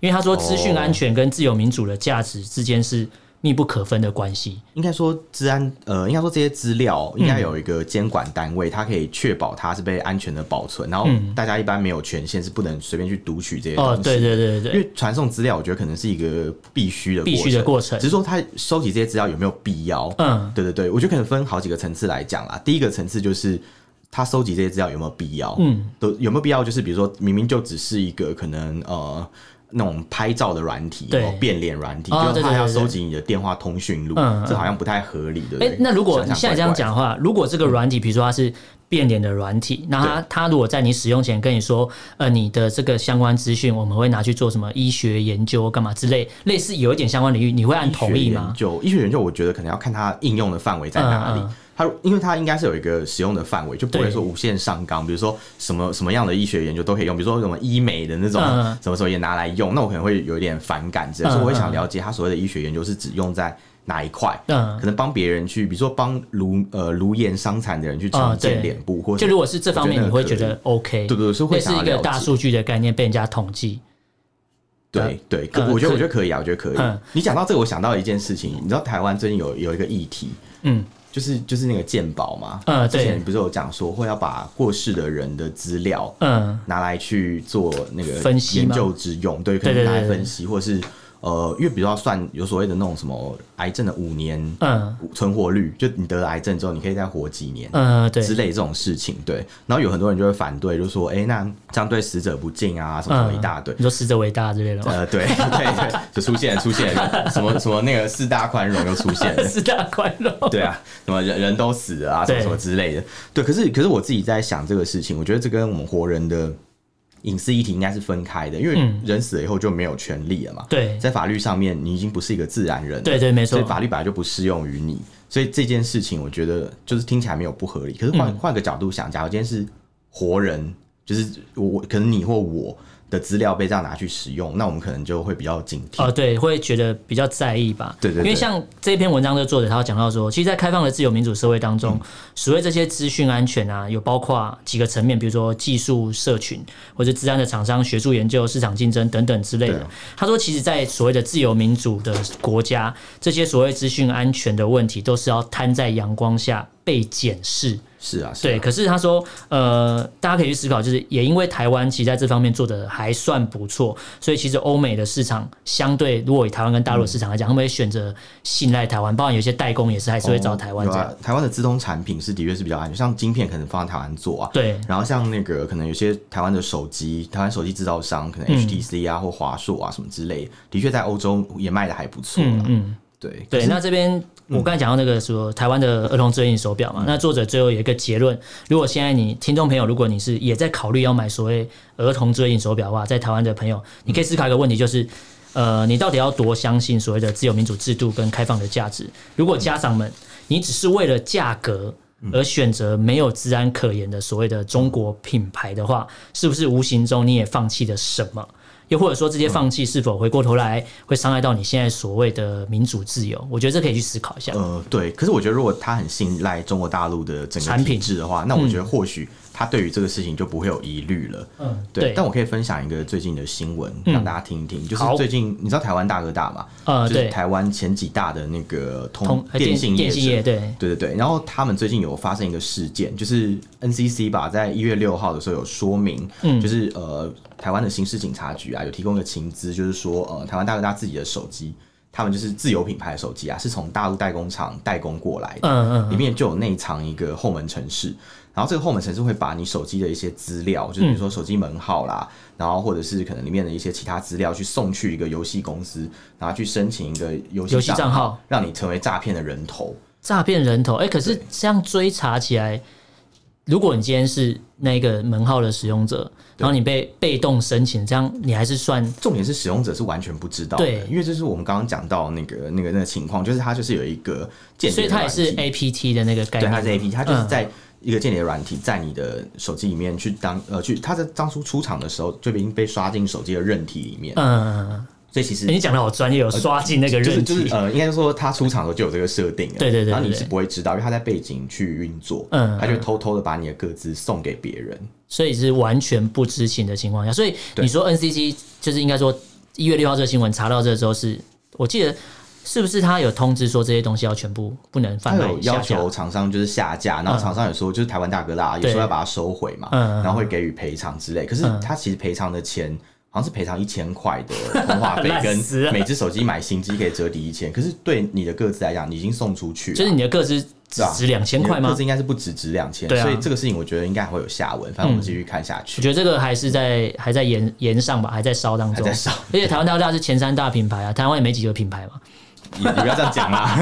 [SPEAKER 1] 因为他说资
[SPEAKER 2] 哦
[SPEAKER 1] 讯安全跟自由民主的价值之间是密不可分的关系。
[SPEAKER 2] 应该说治安，呃，应该说这些资料
[SPEAKER 1] 嗯
[SPEAKER 2] 应该有一个监管单位，它可以确保它是被安全的保存，然后大家一般没有权限是不能随便去读取这些东西。
[SPEAKER 1] 嗯哦，对对对对
[SPEAKER 2] 因
[SPEAKER 1] 对，
[SPEAKER 2] 为传送资料，我觉得可能是一个必须的
[SPEAKER 1] 必须的过程
[SPEAKER 2] 只是说他收集这些资料有没有必要？
[SPEAKER 1] 嗯
[SPEAKER 2] 对对对，我觉得可能分好几个层次来讲啦。第一个层次就是他收集这些资料有没有必要？
[SPEAKER 1] 嗯，
[SPEAKER 2] 都有没有必要？就是比如说明明就只是一个可能呃。那种拍照的软体，
[SPEAKER 1] 对
[SPEAKER 2] 有没有变脸软体，
[SPEAKER 1] 啊
[SPEAKER 2] 就是
[SPEAKER 1] 对对
[SPEAKER 2] 他
[SPEAKER 1] 对
[SPEAKER 2] 要
[SPEAKER 1] 对
[SPEAKER 2] 收集你的电话通讯录
[SPEAKER 1] 嗯嗯，
[SPEAKER 2] 这好像不太合理，对不
[SPEAKER 1] 哎、
[SPEAKER 2] 对？
[SPEAKER 1] 那如果你
[SPEAKER 2] 想
[SPEAKER 1] 现
[SPEAKER 2] 想
[SPEAKER 1] 在这样
[SPEAKER 2] 怪怪的
[SPEAKER 1] 讲的话，如果这个软体，比如说它是变脸的软体，那它它如果在你使用前跟你说，呃，你的这个相关资讯，我们会拿去做什么医学研究干嘛之类，类似有一点相关领域，你会按同意吗？
[SPEAKER 2] 就医学研究，我觉得可能要看它应用的范围在哪里。
[SPEAKER 1] 嗯嗯
[SPEAKER 2] 它因为它应该是有一个使用的范围，就不会
[SPEAKER 1] 对
[SPEAKER 2] 说无限上纲。比如说什么什么样的医学研究都可以用，比如说什么医美的那种，
[SPEAKER 1] 嗯嗯
[SPEAKER 2] 什么时候也拿来用，那我可能会有一点反感之类。
[SPEAKER 1] 嗯
[SPEAKER 2] 所以我会
[SPEAKER 1] 嗯
[SPEAKER 2] 想了解它所谓的医学研究是指用在哪一块。
[SPEAKER 1] 嗯
[SPEAKER 2] 可能帮别人去，比如说帮颅呃颅炎伤残的人去重
[SPEAKER 1] 嗯对
[SPEAKER 2] 建脸部，或
[SPEAKER 1] 就
[SPEAKER 2] 者
[SPEAKER 1] 如果是这方面，你
[SPEAKER 2] 我
[SPEAKER 1] 会
[SPEAKER 2] 觉
[SPEAKER 1] 觉
[SPEAKER 2] 得
[SPEAKER 1] 得 OK？
[SPEAKER 2] 对对对是会
[SPEAKER 1] 类似
[SPEAKER 2] 想要
[SPEAKER 1] 一个
[SPEAKER 2] 了
[SPEAKER 1] 大
[SPEAKER 2] 解
[SPEAKER 1] 数据的概念被人家统计。
[SPEAKER 2] 对对，可
[SPEAKER 1] 嗯
[SPEAKER 2] 我觉得
[SPEAKER 1] 可
[SPEAKER 2] 我觉得可以啊，我觉得可
[SPEAKER 1] 嗯
[SPEAKER 2] 以。你讲到这个，我想到一件事情，你知道台湾最近有有一个议题，
[SPEAKER 1] 嗯，
[SPEAKER 2] 就是就是那个鉴宝嘛，
[SPEAKER 1] 嗯对
[SPEAKER 2] 之前不是有讲说会要把过世的人的资料
[SPEAKER 1] 嗯
[SPEAKER 2] 拿来去做那个
[SPEAKER 1] 分析吗
[SPEAKER 2] 研究之用，对，可
[SPEAKER 1] 对对
[SPEAKER 2] 能拿来
[SPEAKER 1] 对对
[SPEAKER 2] 分析，或是呃，因为比如要算有所谓的那种什么癌症的五年
[SPEAKER 1] 嗯
[SPEAKER 2] 存活率，就你得了癌症之后，你可以再活几年。
[SPEAKER 1] 嗯，对，
[SPEAKER 2] 之类这种事情，对，然后有很多人就会反对，就说，哎、那这样对死者不敬啊，什么什么一大堆
[SPEAKER 1] 嗯你。说死者为大之类的吗？
[SPEAKER 2] 呃，对 对对，就出现了出现了什么什么那个四大宽容又出现 了，
[SPEAKER 1] 四大宽容。
[SPEAKER 2] 对啊，什么人人都死了啊，什
[SPEAKER 1] 对
[SPEAKER 2] 么什么之类的。对，可是可是我自己在想这个事情，我觉得这跟我们活人的隐私议题应该是分开的，因为
[SPEAKER 1] 嗯
[SPEAKER 2] 人死了以后就没有权利了嘛。
[SPEAKER 1] 对
[SPEAKER 2] 在法律上面，你已经不是一个自然人了，
[SPEAKER 1] 对对没错
[SPEAKER 2] 所以法律本来就不适用于你，所以这件事情我觉得就是听起来没有不合理。可是
[SPEAKER 1] 嗯
[SPEAKER 2] 换换、个角度想，假如今天是活人，就是我我可能你或我的资料被这样拿去使用，那我们可能就会比较警惕。
[SPEAKER 1] 哦，对，会觉得比较在意吧。
[SPEAKER 2] 对对对
[SPEAKER 1] 因为像这篇文章的作者，他有讲到说，其实，在开放的自由民主社会当
[SPEAKER 2] 嗯
[SPEAKER 1] 中，所谓这些资讯安全啊，有包括几个层面，比如说技术社群，或者治安的厂商、学术研究、市场竞争等等之类的
[SPEAKER 2] 对啊。
[SPEAKER 1] 他说，其实，在所谓的自由民主的国家，这些所谓资讯安全的问题，都是要摊在阳光下被检视。
[SPEAKER 2] 是啊，是啊
[SPEAKER 1] 对，可是他说，呃，大家可以去思考，就是也因为台湾其实在这方面做的还算不错，所以其实欧美的市场相对，如果以台湾跟大陆的市场来讲，他们会选择信赖台湾，包括有些代工也是还是会找台湾
[SPEAKER 2] 有
[SPEAKER 1] 这样。
[SPEAKER 2] 啊，台湾的自通产品是的确是比较安全，像晶片可能放在台湾做啊。
[SPEAKER 1] 对
[SPEAKER 2] 然后像那个可能有些台湾的手机，台湾手机制造商
[SPEAKER 1] 嗯
[SPEAKER 2] 可能 HTC 啊、或华硕啊什么之类的，的确在欧洲也卖的还不错啦。
[SPEAKER 1] 嗯，
[SPEAKER 2] 对
[SPEAKER 1] 对，那这边我刚才讲到那个说台湾的儿童智能手表嘛，那作者最后有一个结论：如果现在你听众朋友，如果你是也在考虑要买所谓儿童智能手表的话，在台湾的朋友，你可以思考一个问题，就是。呃，你到底要多相信所谓的自由民主制度跟开放的价值？如果家长们，你只是为了价格而选择没有治安可言的所谓的中国品牌的话，是不是无形中你也放弃了什么？又或者说，这些放弃是否回过头来会伤害到你现在所谓的民主自由？我觉得这可以去思考一下。
[SPEAKER 2] 呃，对，可是我觉得如果他很信赖中国大陆的整
[SPEAKER 1] 产
[SPEAKER 2] 个
[SPEAKER 1] 品
[SPEAKER 2] 体制的话，那我觉得或许他对于这个事情就不会有疑虑了。
[SPEAKER 1] 嗯，
[SPEAKER 2] 对，但我可以分享一个最近的新闻让大家听一听，就是
[SPEAKER 1] 好
[SPEAKER 2] 最近你知道台湾大哥大嘛？
[SPEAKER 1] 呃，
[SPEAKER 2] 就是
[SPEAKER 1] 对，
[SPEAKER 2] 台湾前几大的那个
[SPEAKER 1] 通
[SPEAKER 2] 通
[SPEAKER 1] 呃
[SPEAKER 2] 电信业
[SPEAKER 1] 电
[SPEAKER 2] 者
[SPEAKER 1] 信业对，
[SPEAKER 2] 对对对，然后他们最近有发生一个事件，就是 NCC 吧，在一月六号的时候有说明，
[SPEAKER 1] 嗯
[SPEAKER 2] 就是呃，台湾的刑事警察局啊，有提供一个情资，就是说呃，台湾大哥大自己的手机，他们就是自有品牌的手机啊，是从大陆代工厂代工过来的，
[SPEAKER 1] 嗯嗯
[SPEAKER 2] 里面就有内藏一个后门城市。然后这个后门程式会把你手机的一些资料，就是比
[SPEAKER 1] 嗯
[SPEAKER 2] 如说手机门号啦，然后或者是可能里面的一些其他资料，去送去一个游戏公司，然后去申请一个游
[SPEAKER 1] 游
[SPEAKER 2] 戏
[SPEAKER 1] 戏账号，
[SPEAKER 2] 让你成为诈骗的人头。
[SPEAKER 1] 诈骗人头。哎、可是这样追查起来，如果你今天是那个门号的使用者，然后你被被动申请，这样你还是算
[SPEAKER 2] 重点是使用者是完全不知道
[SPEAKER 1] 对
[SPEAKER 2] 的，因为这是我们刚刚讲到那个那个那个情况，就是它就是有一个间
[SPEAKER 1] 所
[SPEAKER 2] 谍
[SPEAKER 1] 以
[SPEAKER 2] 的
[SPEAKER 1] 它也
[SPEAKER 2] 软
[SPEAKER 1] 是
[SPEAKER 2] 体，
[SPEAKER 1] A P T 的那个概
[SPEAKER 2] 对，
[SPEAKER 1] 念
[SPEAKER 2] 它
[SPEAKER 1] 吗。
[SPEAKER 2] 是 A P，它就是
[SPEAKER 1] 嗯
[SPEAKER 2] 在一个间谍软体在你的手机里面去当呃去，它在当初出厂的时候就已经被刷进手机的韧体里面，
[SPEAKER 1] 嗯，嗯
[SPEAKER 2] 所以其实
[SPEAKER 1] 嗯你讲的好专业哦，有刷进那个
[SPEAKER 2] 就是
[SPEAKER 1] 认
[SPEAKER 2] 就是
[SPEAKER 1] 知。
[SPEAKER 2] 呃，应该说它出厂的时候就有这个设定了，
[SPEAKER 1] 对对对
[SPEAKER 2] 然后你
[SPEAKER 1] 对对
[SPEAKER 2] 是不会知道，因为它在背景去运作，
[SPEAKER 1] 嗯
[SPEAKER 2] 嗯，它就偷偷的把你的个资送给别人，
[SPEAKER 1] 所以是完全不知情的情况下，所以你说 NCC 就是应该说一月六号这个新闻查到这之后是，我记得是不是他有通知说这些东西要全部不能
[SPEAKER 2] 他
[SPEAKER 1] 贩卖
[SPEAKER 2] 有
[SPEAKER 1] 下
[SPEAKER 2] 要
[SPEAKER 1] 架
[SPEAKER 2] 求厂商就是下架，然后厂商有说就是台湾大哥大，有
[SPEAKER 1] 对
[SPEAKER 2] 时候要把它收回嘛，
[SPEAKER 1] 嗯
[SPEAKER 2] 然后会给予赔偿之类。可是
[SPEAKER 1] 嗯
[SPEAKER 2] 他其实赔偿的钱好像是赔偿一千块的通话 费，
[SPEAKER 1] 烂
[SPEAKER 2] 跟
[SPEAKER 1] 死了
[SPEAKER 2] 每只手机买新机可以折抵一千。可是对你的个资来讲，你已经送出去了，
[SPEAKER 1] 就是你的个资只
[SPEAKER 2] 对吧
[SPEAKER 1] 值两千块
[SPEAKER 2] 你的
[SPEAKER 1] 吗
[SPEAKER 2] 个资？应该是不止值两千，
[SPEAKER 1] 对啊
[SPEAKER 2] 所以这个事情我觉得应该还会有下文，反正我们继续看下去。
[SPEAKER 1] 我觉得这个还是在还在延延上吧，还在烧当
[SPEAKER 2] 还
[SPEAKER 1] 中。
[SPEAKER 2] 在烧
[SPEAKER 1] 而且台湾大哥大是前三大品牌啊，台湾也没几个品 牌嘛。
[SPEAKER 2] 你你不要这样讲啦，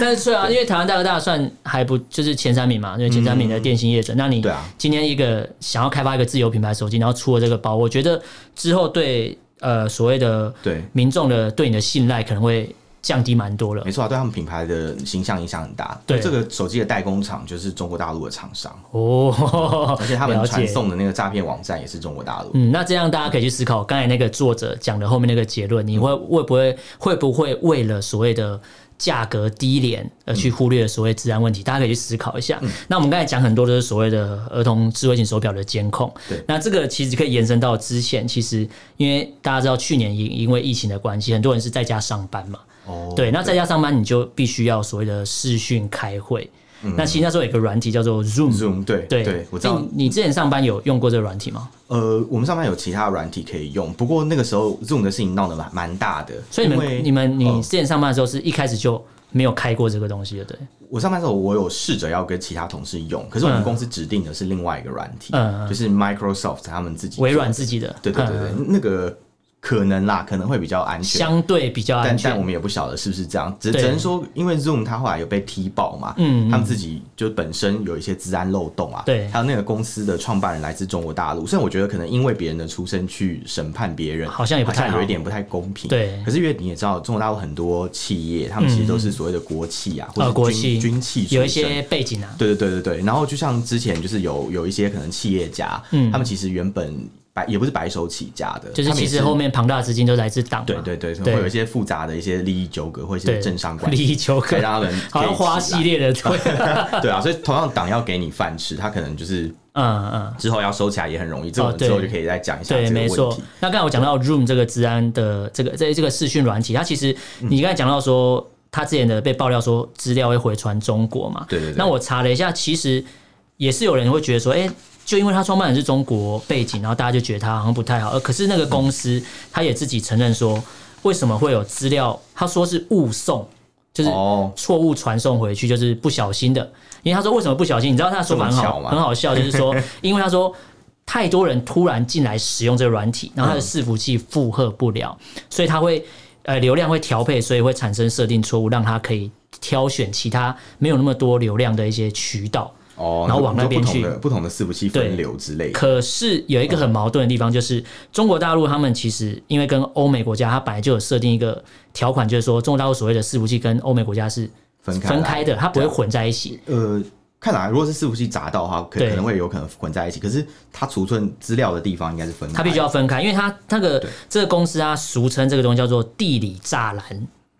[SPEAKER 1] 但是虽然、因为台湾大哥大算还不就是前三名嘛，因为前三名的电信业者，那你
[SPEAKER 2] 对啊
[SPEAKER 1] 今天一个想要开发一个自有品牌手机，然后出了这个包，我觉得之后对呃所谓的
[SPEAKER 2] 对
[SPEAKER 1] 民众的对你的信赖可能会降低蛮多了
[SPEAKER 2] 没。错啊，对他们品牌的形象影响很大。
[SPEAKER 1] 对啊
[SPEAKER 2] 这个手机的代工厂就是中国大陆的厂商，
[SPEAKER 1] 哦，
[SPEAKER 2] 而且他们
[SPEAKER 1] 了
[SPEAKER 2] 传
[SPEAKER 1] 解。
[SPEAKER 2] 送的那个诈骗网站也是中国大陆。
[SPEAKER 1] 嗯，那这样大家可以去思考刚才那个作者讲的后面那个结论，你会
[SPEAKER 2] 嗯
[SPEAKER 1] 会不会会不会为了所谓的价格低廉而
[SPEAKER 2] 嗯
[SPEAKER 1] 去忽略所谓治安问题？大家可以去思考一下。那我们刚才讲很多都是所谓的儿童智慧型手表的监控，
[SPEAKER 2] 对
[SPEAKER 1] 那这个其实可以延伸到之前，其实因为大家知道去年因因为疫情的关系，很多人是在家上班嘛，
[SPEAKER 2] 哦
[SPEAKER 1] 对，那在家上班你就必须要所谓的视讯开会。那其实那时候有一个软体叫做 Zoom，
[SPEAKER 2] 嗯 Zoom 对
[SPEAKER 1] 对
[SPEAKER 2] 我知道
[SPEAKER 1] 哎。你你之前上班有用过这个软体吗？
[SPEAKER 2] 呃，我们上班有其他软体可以用，不过那个时候 Zoom 的事情闹得蛮蛮大的，
[SPEAKER 1] 所以你
[SPEAKER 2] 因
[SPEAKER 1] 们
[SPEAKER 2] 为
[SPEAKER 1] 你们你
[SPEAKER 2] 呃
[SPEAKER 1] 之前上班的时候是一开始就没有开过这个东西的，对？
[SPEAKER 2] 我上班的时候我有试着要跟其他同事用，可是我
[SPEAKER 1] 嗯
[SPEAKER 2] 们公司指定的是另外一个软体，
[SPEAKER 1] 嗯嗯
[SPEAKER 2] 就是 Microsoft 他们自己
[SPEAKER 1] 微软
[SPEAKER 2] 做
[SPEAKER 1] 自己的，
[SPEAKER 2] 的，对对对对，
[SPEAKER 1] 嗯
[SPEAKER 2] 那个可能啦，可能会比较安全，
[SPEAKER 1] 相对比较安
[SPEAKER 2] 但但我
[SPEAKER 1] 全。
[SPEAKER 2] 们也不晓得是不是这样，只
[SPEAKER 1] 对
[SPEAKER 2] 只能说，因为 Zoom 它后来有被踢爆嘛，
[SPEAKER 1] 嗯嗯
[SPEAKER 2] 他们自己就本身有一些治安漏洞啊，
[SPEAKER 1] 对
[SPEAKER 2] 还有那个公司的创办人来自中国大陆，虽然我觉得可能因为别人的出身去审判别人，
[SPEAKER 1] 好像也不太好
[SPEAKER 2] 有一点不太公平，
[SPEAKER 1] 对
[SPEAKER 2] 可是因为你也知道，中国大陆很多企业，他们其实都是所谓的国企啊，或
[SPEAKER 1] 呃，
[SPEAKER 2] 者
[SPEAKER 1] 国
[SPEAKER 2] 军
[SPEAKER 1] 企
[SPEAKER 2] 军企出身
[SPEAKER 1] 有一些背景啊，
[SPEAKER 2] 对对对对对，然后就像之前就是有有一些可能企业家，他们其实原本白也不是白手起家的，
[SPEAKER 1] 嗯就是
[SPEAKER 2] 他们
[SPEAKER 1] 其
[SPEAKER 2] 也
[SPEAKER 1] 实后面庞大的资金都来自党嘛，
[SPEAKER 2] 对对对，
[SPEAKER 1] 对
[SPEAKER 2] 会有一些复杂的一些利益纠葛或一
[SPEAKER 1] 对
[SPEAKER 2] 些政商关系，
[SPEAKER 1] 利益纠葛
[SPEAKER 2] 可以让他们
[SPEAKER 1] 好像花系
[SPEAKER 2] 系列，
[SPEAKER 1] 列的，对，
[SPEAKER 2] 对啊，所以同样党要给你饭吃，他可能就是
[SPEAKER 1] 嗯嗯。
[SPEAKER 2] 之后要收起来也很容易，这
[SPEAKER 1] 哦
[SPEAKER 2] 我们之后
[SPEAKER 1] 对
[SPEAKER 2] 就可以再讲一下
[SPEAKER 1] 对，
[SPEAKER 2] 这个
[SPEAKER 1] 没
[SPEAKER 2] 问
[SPEAKER 1] 错
[SPEAKER 2] 题。。
[SPEAKER 1] 那刚才我讲到 Room 这个治安的这个这这个视讯软体，它其实
[SPEAKER 2] 嗯
[SPEAKER 1] 你刚才讲到说，它之前的被爆料说资料会回传中国嘛？
[SPEAKER 2] 对对对
[SPEAKER 1] 那我查了一下，其实也是有人会觉得说，哎、就因为他创办人是中国背景，然后大家就觉得他好像不太好。呃可是那个
[SPEAKER 2] 嗯
[SPEAKER 1] 公司他也自己承认说，为什么会有资料？他说是误送。就是
[SPEAKER 2] 哦
[SPEAKER 1] 错误传送回去，就是不小心的。因为他说为什么不小心？你知道他说法很
[SPEAKER 2] 这么
[SPEAKER 1] 好
[SPEAKER 2] 巧，吗
[SPEAKER 1] 很好笑，就是 说，因为他说太多人突然进来使用这个软体，然后它的
[SPEAKER 2] 嗯
[SPEAKER 1] 伺服器负荷不了，所以它会呃流量会调配，所以会产生设定错误，让它可以挑选其他没有那么多流量的一些渠道。
[SPEAKER 2] 哦，
[SPEAKER 1] 然后
[SPEAKER 2] 你说
[SPEAKER 1] 往那
[SPEAKER 2] 你说
[SPEAKER 1] 边
[SPEAKER 2] 不同
[SPEAKER 1] 去
[SPEAKER 2] 的不同的伺服器
[SPEAKER 1] 对
[SPEAKER 2] 分流之类的，
[SPEAKER 1] 可是有一个很矛盾的地方，就是中国大陆他们其实因为跟欧美国家，它本来就有设定一个条款，就是说中国大陆所谓的伺服器跟欧美国家是
[SPEAKER 2] 分开
[SPEAKER 1] 分
[SPEAKER 2] 来
[SPEAKER 1] 开的，它不会混在一起。
[SPEAKER 2] 呃，看来如果是伺服器砸到的话，可
[SPEAKER 1] 对
[SPEAKER 2] 可能会有可能混在一起，可是它储存资料的地方应该是分开的，
[SPEAKER 1] 它必须要分开，因为它那个这个公司啊，俗称这个东西叫做地理栅栏。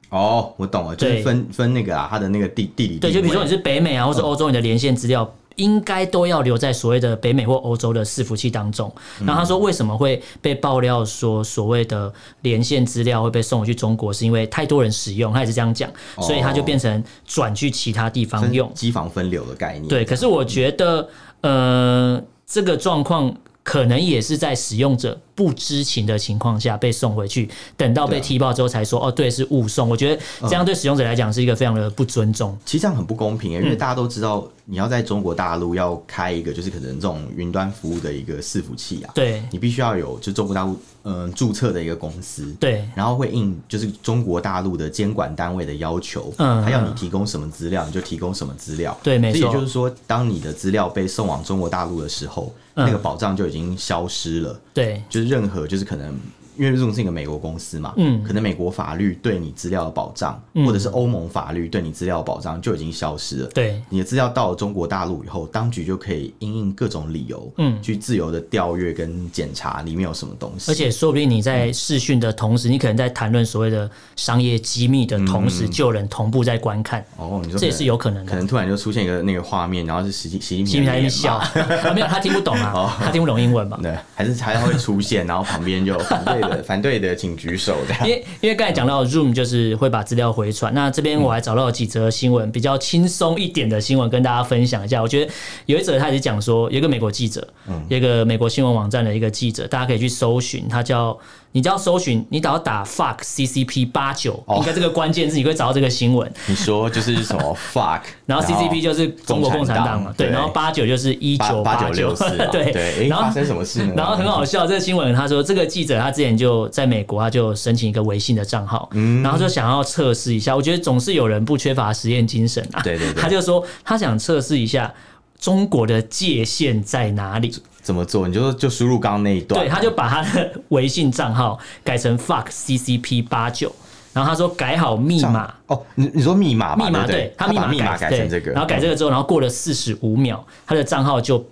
[SPEAKER 2] 哦，我懂了，就
[SPEAKER 1] 对
[SPEAKER 2] 是分分那个啊，它的那个地地理
[SPEAKER 1] 对，就比如说
[SPEAKER 2] 定
[SPEAKER 1] 你
[SPEAKER 2] 位
[SPEAKER 1] 是北美啊，或是欧洲，你的连线资料应该都要留在所谓的北美或欧洲的伺服器当中。然后他说，为什么会被爆料说所谓的连线资料会被送回去中国，是因为太多人使用，他也是这样讲，所以他就变成转去其他地方
[SPEAKER 2] 分
[SPEAKER 1] 用。
[SPEAKER 2] 机房分流的概念，
[SPEAKER 1] 对，可是我觉得，呃，这个状况可能也是在使用者不知情的情况下被送回去，等到被踢爆之后才说哦，对，是误送。我觉得这样对使用者来讲是一个非常的不尊重。
[SPEAKER 2] 其实这样很不公
[SPEAKER 1] 嗯
[SPEAKER 2] 平、欸，因为大家都知道，你要在中国大陆要开一个就是可能这种云端服务的一个伺服器啊，
[SPEAKER 1] 对
[SPEAKER 2] 你必须要有就中国大陆嗯注册的一个公司，
[SPEAKER 1] 对
[SPEAKER 2] 然后会应就是中国大陆的监管单位的要求，
[SPEAKER 1] 嗯
[SPEAKER 2] 他要你提供什么资料你就提供什么资料，
[SPEAKER 1] 对没
[SPEAKER 2] 所以
[SPEAKER 1] 错
[SPEAKER 2] 也就是说，当你的资料被送往中国大陆的时候，
[SPEAKER 1] 嗯
[SPEAKER 2] 那个保障就已经消失了，
[SPEAKER 1] 对，
[SPEAKER 2] 就是任何就是可能。因为这种是一个美国公司嘛，
[SPEAKER 1] 嗯
[SPEAKER 2] 可能美国法律对你资料的保障，
[SPEAKER 1] 嗯
[SPEAKER 2] 或者是欧盟法律对你资料的保障就已经消失了。
[SPEAKER 1] 对，
[SPEAKER 2] 你的资料到了中国大陆以后，当局就可以因应各种理由，
[SPEAKER 1] 嗯
[SPEAKER 2] 去自由的调阅跟检查里面有什么东西。
[SPEAKER 1] 而且说不定你在视讯的同时，你可能在谈论所谓的商业机密的同时，就有人同步在观看，
[SPEAKER 2] 哦，你说
[SPEAKER 1] 这也是有可能
[SPEAKER 2] 可
[SPEAKER 1] 的。
[SPEAKER 2] 能突然就出现一个那个画面，然后是习近习近
[SPEAKER 1] 心
[SPEAKER 2] 平
[SPEAKER 1] 里
[SPEAKER 2] 的
[SPEAKER 1] 还在那边
[SPEAKER 2] 脸
[SPEAKER 1] 笑，
[SPEAKER 2] 嘛，
[SPEAKER 1] 啊没有他听不懂啊，他听不懂英文嘛。
[SPEAKER 2] 对，还是还会出现，然后旁边就有反对的 反对的请举手这 样
[SPEAKER 1] 因。为因为刚才讲到 Zoom 就是会把资料回传，那这边我还找到几则新闻，比较轻松一点的新闻跟大家分享一下。我觉得有一则他也是讲说，有一个美国记者，
[SPEAKER 2] 嗯
[SPEAKER 1] 有一个美国新闻网站的一个记者，大家可以去搜寻，他叫你只要搜寻，你只要打 fuck CCP 八九，
[SPEAKER 2] 哦
[SPEAKER 1] 应该这个关键字你会找到这个新闻。
[SPEAKER 2] 你说就是什么 fuck，
[SPEAKER 1] 然后 CCP 就是中国共产党嘛，对，然后
[SPEAKER 2] 八
[SPEAKER 1] 八九就是一九
[SPEAKER 2] 哦八九
[SPEAKER 1] 九
[SPEAKER 2] 六四啊，，
[SPEAKER 1] 对，
[SPEAKER 2] 对，哎，
[SPEAKER 1] 然后
[SPEAKER 2] 发生什么事呢？
[SPEAKER 1] 然后很好笑，这个新闻他说，这个记者他之前就在美国，他就申请一个微信的账号，
[SPEAKER 2] 嗯
[SPEAKER 1] 然后就想要测试一下。我觉得总是有人不缺乏实验精神啊，
[SPEAKER 2] 对对对
[SPEAKER 1] 他就说他想测试一下中国的界限在哪里。
[SPEAKER 2] 怎么做？你就就输入刚刚那一段，
[SPEAKER 1] 对，他就把他的微信账号改成 fuck CCP 八九，然后他说改好密
[SPEAKER 2] 上
[SPEAKER 1] 码。
[SPEAKER 2] 哦，你你说密码吧
[SPEAKER 1] 密码
[SPEAKER 2] 对不
[SPEAKER 1] 对
[SPEAKER 2] 对，
[SPEAKER 1] 他密
[SPEAKER 2] 把
[SPEAKER 1] 码
[SPEAKER 2] 密码
[SPEAKER 1] 改
[SPEAKER 2] 改
[SPEAKER 1] 对
[SPEAKER 2] 成这个，
[SPEAKER 1] 然后改这
[SPEAKER 2] 个，
[SPEAKER 1] 个之后，然后过了四十五秒，他的账号就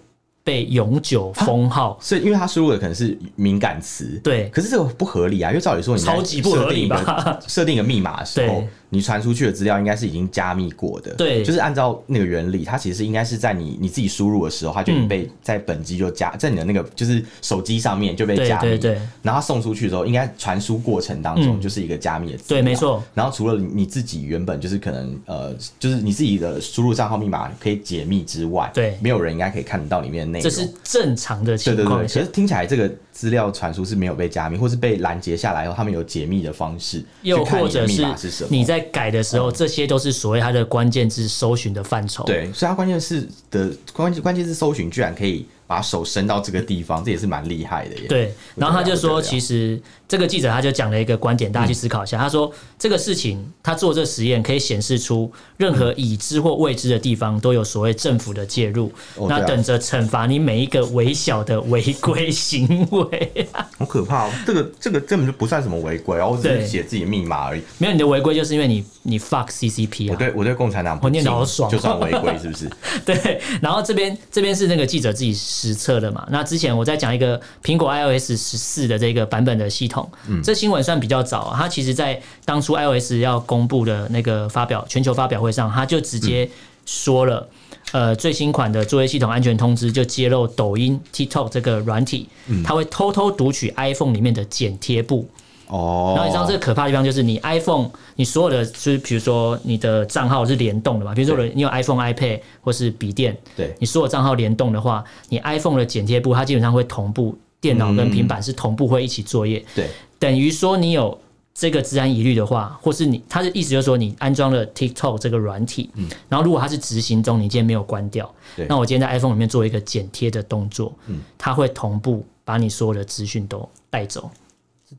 [SPEAKER 1] 被永久
[SPEAKER 2] 啊
[SPEAKER 1] 封号。
[SPEAKER 2] 所以因为他输入的可能是敏感词，
[SPEAKER 1] 对
[SPEAKER 2] 可是这个不合理啊，因为照理说你在
[SPEAKER 1] 超级不合理吧
[SPEAKER 2] 设定一个？ 设定一个密码的时候
[SPEAKER 1] 对，
[SPEAKER 2] 你传出去的资料应该是已经加密过的，
[SPEAKER 1] 对
[SPEAKER 2] 就是按照那个原理，它其实应该是在你你自己输入的时候，它就已经
[SPEAKER 1] 嗯
[SPEAKER 2] 被在本机就加在你的那个就是手机上面就被
[SPEAKER 1] 对
[SPEAKER 2] 加密，
[SPEAKER 1] 对对
[SPEAKER 2] 然后它送出去之后，应该传输过程当中
[SPEAKER 1] 嗯
[SPEAKER 2] 就是一个加密的资
[SPEAKER 1] 对
[SPEAKER 2] 料，
[SPEAKER 1] 没错。
[SPEAKER 2] 然后除了你自己原本就是可能呃，就是你自己的输入账号密码可以解密之外，
[SPEAKER 1] 对
[SPEAKER 2] 没有人应该可以看得到里面的内
[SPEAKER 1] 这
[SPEAKER 2] 容。
[SPEAKER 1] 是正常的
[SPEAKER 2] 对
[SPEAKER 1] 情
[SPEAKER 2] 对对，
[SPEAKER 1] 况
[SPEAKER 2] 可
[SPEAKER 1] 下
[SPEAKER 2] 是，听起来这个资料传输是没有被加密，或是被拦截下来后，他们有解密的方式，
[SPEAKER 1] 又
[SPEAKER 2] 去看
[SPEAKER 1] 或
[SPEAKER 2] 你的
[SPEAKER 1] 者
[SPEAKER 2] 密
[SPEAKER 1] 是
[SPEAKER 2] 码是什么。嗯
[SPEAKER 1] 你在改的时候，这些都是所谓它的关键字搜寻的范畴。，
[SPEAKER 2] 对，所以它关键是的关关键是搜寻，居然可以把手伸到这个地方，这也是蛮厉害的耶。
[SPEAKER 1] 对，然后他就
[SPEAKER 2] 不得
[SPEAKER 1] 说，
[SPEAKER 2] 了
[SPEAKER 1] 其实这个记者他就讲了一个观点，大家去思考一下。他说，这个事情他做这实验可以显示出任何已知或未知的地方都有所谓政府的介入，
[SPEAKER 2] 哦
[SPEAKER 1] 那
[SPEAKER 2] 对啊
[SPEAKER 1] 等着惩罚你每一个微小的违规行为。
[SPEAKER 2] 好可怕、哦，这个这个根本就不算什么违规哦，我只
[SPEAKER 1] 对
[SPEAKER 2] 是写自己的密码而已。
[SPEAKER 1] 没有你的违规，就是因为你你 fuck CCP
[SPEAKER 2] 我
[SPEAKER 1] 啊。
[SPEAKER 2] 对我对共产党不
[SPEAKER 1] 我念得
[SPEAKER 2] 敬
[SPEAKER 1] 好爽
[SPEAKER 2] 就算违规是 不是？
[SPEAKER 1] 对，然后这边这边是那个记者自己实测的嘛。那之前我在讲一个苹果 iOS 十四的这个版本的系统，
[SPEAKER 2] 嗯
[SPEAKER 1] 这新闻算比较早、啊，它其实在当初 iOS 要公布的那个发表全球发表会上，它就直
[SPEAKER 2] 嗯
[SPEAKER 1] 接说了。呃，最新款的作业系统安全通知就揭露抖音 TikTok 这个软体，
[SPEAKER 2] 嗯
[SPEAKER 1] 它会偷偷读取 iPhone 里面的剪贴布，
[SPEAKER 2] 哦，
[SPEAKER 1] 然后你知道这个可怕的地方就是，你 iPhone 你所有的就是比如说你的账号是联动的嘛，比如说
[SPEAKER 2] 对
[SPEAKER 1] 你有 iPhone、iPad 或是笔电，
[SPEAKER 2] 对
[SPEAKER 1] 你所有账号联动的话，你 iPhone 的剪贴簿它基本上会同步，电脑跟平板是同步会一起作业，
[SPEAKER 2] 对
[SPEAKER 1] 等于说你有这个治安疑虑的话，或是你它的意思就是说你安装了 TikTok 这个软体，然后如果它是执行中，你今天没有关掉
[SPEAKER 2] 对，
[SPEAKER 1] 那我今天在 iPhone 里面做一个剪贴的动作，它会同步把你所有的资讯都带走。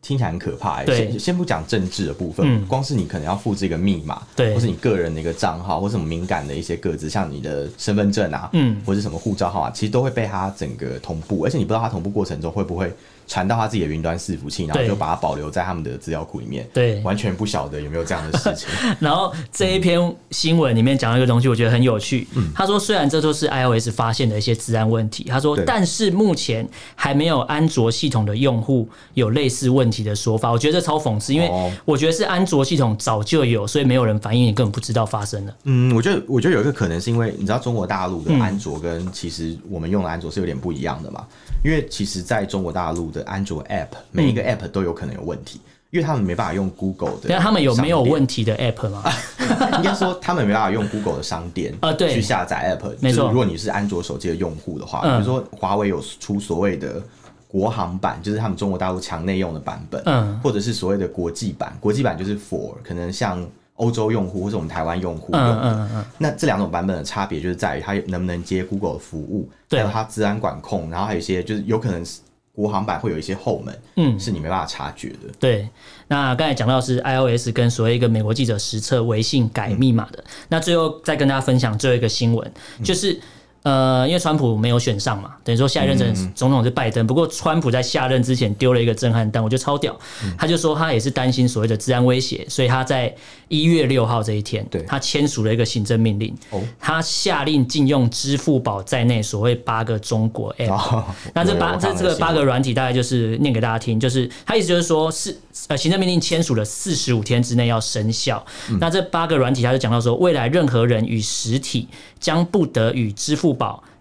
[SPEAKER 2] 听起来很可怕、欸。
[SPEAKER 1] 对
[SPEAKER 2] 先先不讲政治的部分，
[SPEAKER 1] 嗯
[SPEAKER 2] 光是你可能要复制一个密码，
[SPEAKER 1] 对
[SPEAKER 2] 或是你个人的一个账号，或是什么敏感的一些个资，像你的身份证啊，
[SPEAKER 1] 嗯
[SPEAKER 2] 或是什么护照号啊，其实都会被它整个同步，而且你不知道它同步过程中会不会传到它自己的云端伺服器，然后
[SPEAKER 1] 对
[SPEAKER 2] 就把它保留在他们的资料库里面。
[SPEAKER 1] 对
[SPEAKER 2] 完全不晓得有没有这样的事情。
[SPEAKER 1] 然后这一篇新闻里面讲到一个东西，我觉得很有趣。
[SPEAKER 2] 嗯
[SPEAKER 1] 他说，虽然这都是 iOS 发现的一些治安问题，他说
[SPEAKER 2] 对，
[SPEAKER 1] 但是目前还没有安卓系统的用户有类似问题的说法。我觉得这超讽刺，因为
[SPEAKER 2] 哦
[SPEAKER 1] 我觉得是安卓系统早就有，所以没有人反映，你根本不知道发生了。
[SPEAKER 2] 嗯，我觉得我觉得有一个可能是因为你知道中国大陆的
[SPEAKER 1] 嗯
[SPEAKER 2] 安卓跟其实我们用的安卓是有点不一样的嘛，因为其实在中国大陆的安卓 App 每一
[SPEAKER 1] 嗯
[SPEAKER 2] 个 App 都有可能有问题，因为他们没办法用 Google 的，
[SPEAKER 1] 那啊他们有没有问？题的 App 吗？
[SPEAKER 2] 应该说他们没办法用 Google 的商店
[SPEAKER 1] 啊对
[SPEAKER 2] 去下载 App，
[SPEAKER 1] 没错
[SPEAKER 2] 就是如果你是安卓手机的用户的话，
[SPEAKER 1] 嗯
[SPEAKER 2] 比如说华为有出所谓的。国行版，就是他们中国大陆墙内用的版本，
[SPEAKER 1] 嗯
[SPEAKER 2] 或者是所谓的国际版。国际版就是 for 可能像欧洲用户或者我们台湾用户用
[SPEAKER 1] 嗯
[SPEAKER 2] 的。
[SPEAKER 1] 嗯嗯，
[SPEAKER 2] 那这两种版本的差别就是在于它能不能接 Google 的服务，
[SPEAKER 1] 对
[SPEAKER 2] 还有它治安管控，然后还有一些就是有可能是国行版会有一些后门，
[SPEAKER 1] 嗯
[SPEAKER 2] 是你没办法察觉的。
[SPEAKER 1] 对。那刚才讲到是 iOS 跟所谓一个美国记者实测微信改密码的，
[SPEAKER 2] 嗯
[SPEAKER 1] 那最后再跟大家分享最后一个新闻，就是。呃，因为川普没有选上嘛，等于说下一任
[SPEAKER 2] 嗯
[SPEAKER 1] 总总统是拜登。不过川普在下任之前丢了一个震撼弹，我觉得超屌。
[SPEAKER 2] 嗯
[SPEAKER 1] 他就说他也是担心所谓的治安威胁，所以他在一月六号这一天，
[SPEAKER 2] 对
[SPEAKER 1] 他签署了一个行政命令，
[SPEAKER 2] 哦
[SPEAKER 1] 他下令禁用支付宝在内所谓八个中国 app。
[SPEAKER 2] 哦
[SPEAKER 1] 那这
[SPEAKER 2] 有
[SPEAKER 1] 八
[SPEAKER 2] 有
[SPEAKER 1] 这
[SPEAKER 2] 看到
[SPEAKER 1] 这个
[SPEAKER 2] 新闻
[SPEAKER 1] 八个软体大概就是念给大家听，就是它意思就是说是呃行政命令签署的四十五天之内要生效。
[SPEAKER 2] 嗯
[SPEAKER 1] 那这八个软体，它就讲到说，未来任何人与实体将不得与支付宝。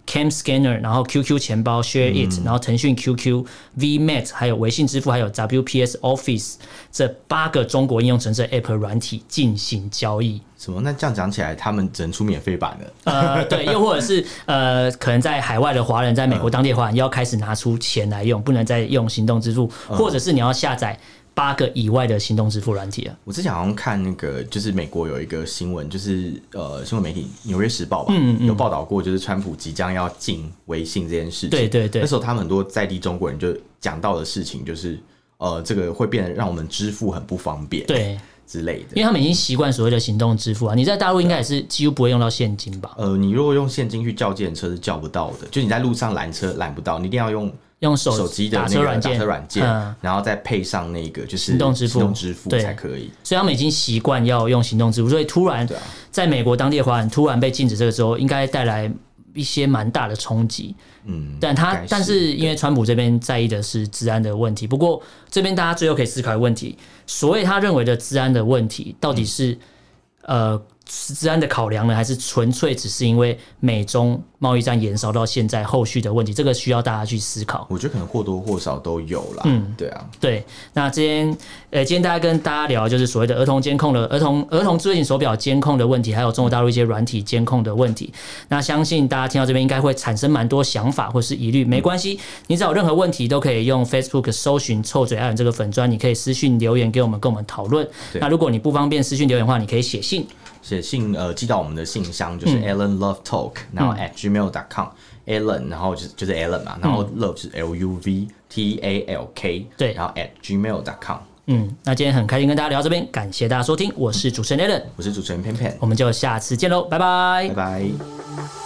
[SPEAKER 1] Cam Scanner，然后 QQ 钱包 Share It，、然后
[SPEAKER 2] 嗯
[SPEAKER 1] 腾讯 QQ、VMAT，还有微信支付，还有 WPS Office 这八个中国应用程式 App 软体进行交易。
[SPEAKER 2] 什么？那这样讲起来，他们只能出免费版的。
[SPEAKER 1] 呃，对，又或者是呃，可能在海外的华人，在美国当地的华人要开始拿出钱来用，不能再用行动支付，
[SPEAKER 2] 嗯
[SPEAKER 1] 或者是你要下载八个以外的行动支付软体了。
[SPEAKER 2] 我之前好像看那个，就是美国有一个新闻，就是呃，新闻媒体《纽约时报》吧，
[SPEAKER 1] 嗯
[SPEAKER 2] 有报道过，就是川普即将要禁微信这件事情。
[SPEAKER 1] 对对对
[SPEAKER 2] 那时候他们很多在地中国人就讲到的事情，就是呃，这个会变得让我们支付很不方便，
[SPEAKER 1] 对，
[SPEAKER 2] 之类
[SPEAKER 1] 因为
[SPEAKER 2] 的。
[SPEAKER 1] 他们已经习惯所谓的行动支付啊，你在大陆应该也是几乎不会用到现金吧？
[SPEAKER 2] 呃，你如果用现金去叫计程车是叫不到的，就你在路上拦车拦不到，你一定要用
[SPEAKER 1] 用手
[SPEAKER 2] 手机的
[SPEAKER 1] 打
[SPEAKER 2] 那
[SPEAKER 1] 车
[SPEAKER 2] 个
[SPEAKER 1] 软
[SPEAKER 2] 打
[SPEAKER 1] 件，
[SPEAKER 2] 车软件
[SPEAKER 1] 嗯，
[SPEAKER 2] 然后再配上那个就是
[SPEAKER 1] 行动支付
[SPEAKER 2] 行动支付
[SPEAKER 1] 对
[SPEAKER 2] 才可以。
[SPEAKER 1] 所以他们已经习惯要用行动支付，所以突然
[SPEAKER 2] 对啊
[SPEAKER 1] 在美国当地的华人突然被禁止这个之后，应该带来一些蛮大的冲击。
[SPEAKER 2] 嗯，
[SPEAKER 1] 但他
[SPEAKER 2] 应该
[SPEAKER 1] 但是因为川普这边在意的是治安的问题，不过这边大家最后可以思考一个问题：所谓他认为的治安的问题，到底是、
[SPEAKER 2] 嗯
[SPEAKER 1] 呃是治安的考量呢，还是纯粹只是因为美中贸易战延烧到现在后续的问题？这个需要大家去思考。
[SPEAKER 2] 我觉得可能或多或少都有啦。嗯，对啊，
[SPEAKER 1] 对，那今天呃，今天大家跟大家聊就是所谓的儿童监控的儿童儿童智慧型手表监控的问题，还有中国大陆一些软体监控的问题。那相信大家听到这边应该会产生蛮多想法或是疑虑，没关系，你只要有任何问题都可以用 Facebook 搜寻“臭嘴爱人”这个粉砖，你可以私讯留言给我们，跟我们讨论。
[SPEAKER 2] 对
[SPEAKER 1] 那如果你不方便私讯留言的话，你可以写信。
[SPEAKER 2] 写信呃寄到我们的信箱
[SPEAKER 1] 嗯
[SPEAKER 2] 就是 Alan Love Talk，、然后 at gmail dot com。Alan，然后就是就是 Alan 嘛，然后 Love 是 L U V T A L K，
[SPEAKER 1] 对
[SPEAKER 2] 然后 at gmail dot com，
[SPEAKER 1] 嗯，那今天很开心跟大家聊到这边，感谢大家收听，我是主持人 Allen，
[SPEAKER 2] 我是主持人偏偏，
[SPEAKER 1] 我们就下次见喽，拜拜
[SPEAKER 2] 拜拜。